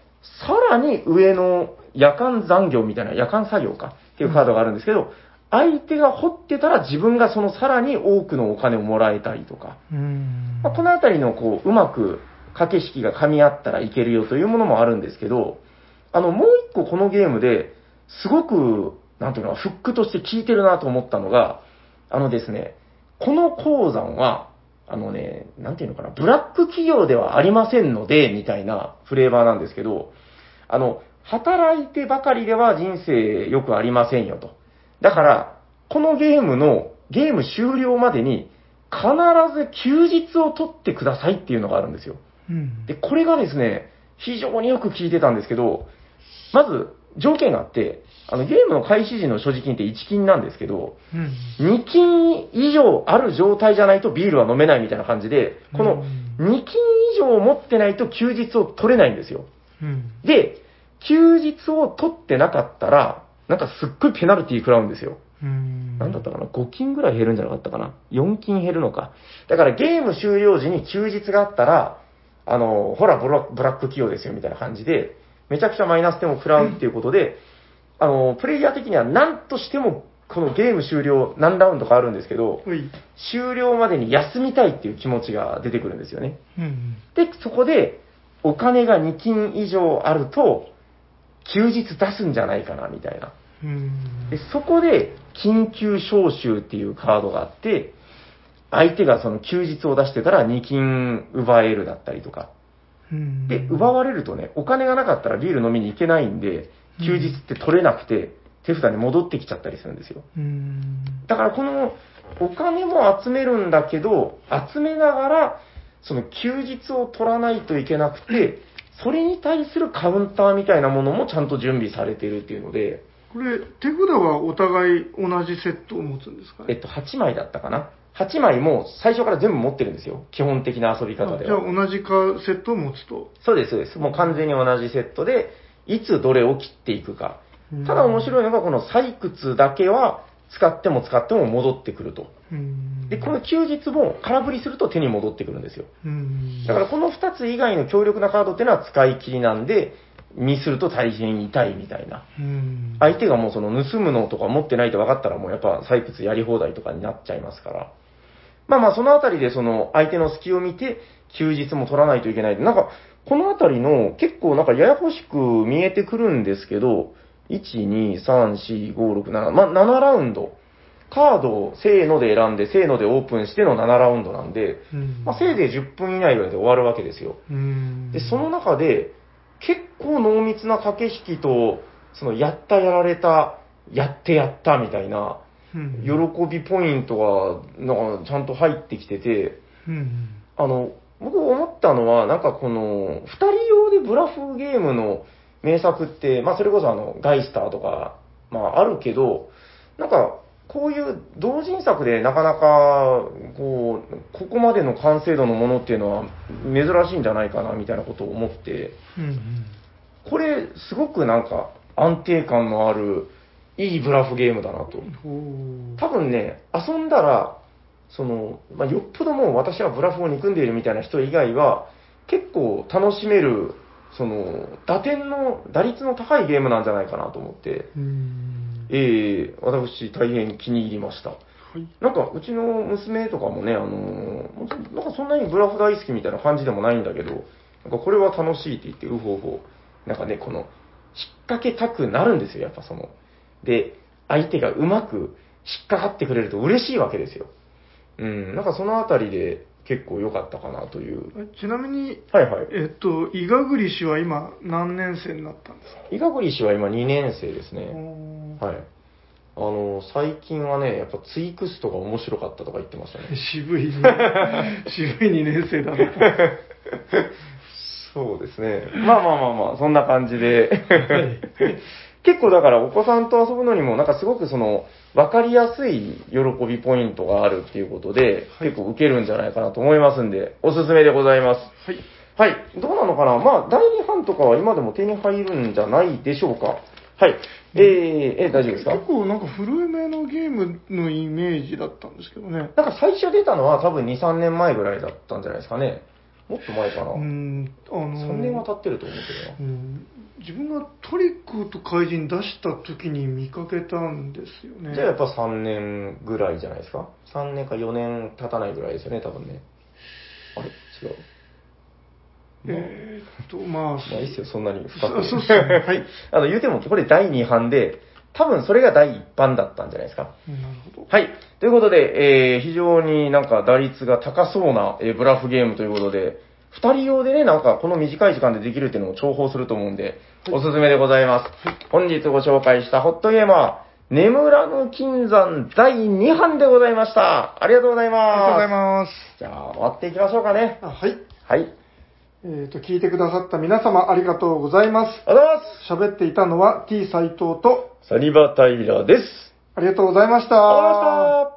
さらに上の夜間残業みたいな、夜間作業かっていうカードがあるんですけど、相手が掘ってたら自分がそのさらに多くのお金をもらえたりとか、うん、まあこのあたりのこう、うまく駆け引きが噛み合ったらいけるよというものもあるんですけど、あの、もう一個このゲームで、すごく、なんていうのかな、フックとして効いてるなと思ったのが、あのですね、この鉱山は、あのね、なんていうのかな、ブラック企業ではありませんので、みたいなフレーバーなんですけど、あの、働いてばかりでは人生よくありませんよと。だから、このゲームの、ゲーム終了までに、必ず休日を取ってくださいっていうのがあるんですよ。うん、で、これがですね、非常によく効いてたんですけど、まず、条件があって、あの、ゲームの開始時の所持金って1金なんですけど、うん、 2金以上ある状態じゃないとビールは飲めないみたいな感じで、こうのん2金以上持ってないと休日を取れないんですよ。うん、で、休日を取ってなかったら、なんかすっごいペナルティー食らうんですよ。うん、なんだったかな ?5 金ぐらい減るんじゃなかったかな ?4 金減るのか。だからゲーム終了時に休日があったら、あの、ほらブラ、ブラック企業ですよみたいな感じで、めちゃくちゃマイナス点を食らうっていうことで、あの、プレイヤー的には何としても、このゲーム終了何ラウンドかあるんですけど、おい、終了までに休みたいっていう気持ちが出てくるんですよね。うん、で、そこで、お金が2金以上あると、休日出すんじゃないかな、みたいな。うん、で、そこで、緊急招集っていうカードがあって、相手がその休日を出してたら2金奪えるだったりとか。うん、で、奪われるとね、お金がなかったらビール飲みに行けないんで、休日って取れなくて、手札に戻ってきちゃったりするんですよ。うん、だからこのお金も集めるんだけど、集めながら、その休日を取らないといけなくて、それに対するカウンターみたいなものもちゃんと準備されてるっていうので、これ、手札はお互い同じセットを持つんですかえねっと、8枚だったかな。8枚も最初から全部持ってるんですよ。基本的な遊び方あでじゃあは。同じかセットを持つと。そうです、そうです。もう完全に同じセットで、いつどれを切っていくか。ただ面白いのが、この採掘だけは使っても使っても戻ってくると。うん。で、この休日も空振りすると手に戻ってくるんですよ。うん。だからこの2つ以外の強力なカードっていうのは使い切りなんで、にすると大変痛いみたいな。うん。相手がもうその盗むのとか持ってないと分かったらもうやっぱ採掘やり放題とかになっちゃいますから。まあまあそのあたりでその相手の隙を見て休日も取らないといけない。なんかこのあたりの結構なんかややこしく見えてくるんですけど、1、2、3、4、5、6、7、まあ7ラウンドカードをせーので選んで、せーのでオープンしての7ラウンドなんで、うんまあ、せいぜい10分以内ぐらいで終わるわけですよ。うんで、その中で、結構濃密な駆け引きと、その、やった、やられた、やってやったみたいな、うん喜びポイントが、なんか、ちゃんと入ってきてて、うんあの、僕思ったのは、なんかこの、二人用でブラフゲームの名作って、まあそれこそあの、ガイスターとか、まああるけど、なんか、こういう同人作でなかなか、こう、ここまでの完成度のものっていうのは珍しいんじゃないかな、みたいなことを思って、うんこれ、すごくなんか、安定感のある、いいブラフゲームだなと。うん多分ね、遊んだら、その、まあ、よっぽどもう私はブラフを憎んでいるみたいな人以外は、結構楽しめる、その、打点の、打率の高いゲームなんじゃないかなと思って、うんええ私大変気に入りました。はいなんか、うちの娘とかもね、あのーなんかそんなにブラフ大好きみたいな感じでもないんだけど、なんかこれは楽しいって言って、うほうほう。なんかね、この、引っ掛けたくなるんですよ、やっぱその。で、相手がうまく引っかかってくれると嬉しいわけですよ。うん、なんかそのあたりで結構良かったかなという。えちなみに、はいはい。えっと、伊賀栗氏は今何年生になったんですか伊賀栗氏は今2年生ですね。おーはい。あの、最近はね、やっぱツイクストが面白かったとか言ってましたね。渋いね、渋い2年生だな。そうですね。まあまあまあまあ、そんな感じでい。結構だからお子さんと遊ぶのにも、なんかすごくその、わかりやすい喜びポイントがあるっていうことで、はい結構受けるんじゃないかなと思いますんで、おすすめでございます。はい。はい。どうなのかなまあ、第2版とかは今でも手に入るんじゃないでしょうか。はい。えー、えー大丈夫ですか結構なんか古めのゲームのイメージだったんですけどね。なんか最初出たのは多分2、3年前ぐらいだったんじゃないですかね。もっと前かな。う3ん、あのー年は経ってると思うけどなう。ん自分がトリックと怪人出した時に見かけたんですよね。じゃあやっぱ3年ぐらいじゃないですか ?3 年か4年経たないぐらいですよね、多分ね。あれ違う。えーっと、まあ、まあいいっすよ、そんなに深そく。そうっすねはい。 あの、言うても、これ第2版で、多分それが第1版だったんじゃないですか。なるほど。はい。ということで、えー、非常になんか打率が高そうな、えーブラフゲームということで、二人用でね、なんかこの短い時間でできるっていうのを重宝すると思うんで、おすすめでございます。本日ご紹介したホットゲーマー、眠らぬ金山第2版でございました。ありがとうございありがとうございまます。す。じゃあ、終わっていきましょうかね。あはい。はい。ありえーっと、聞いてくださった皆様ありがとうございます。がとうございま喋っていたのは T 斎藤と、す。サニバタイラです。ありがとうございました。ありがとうございました。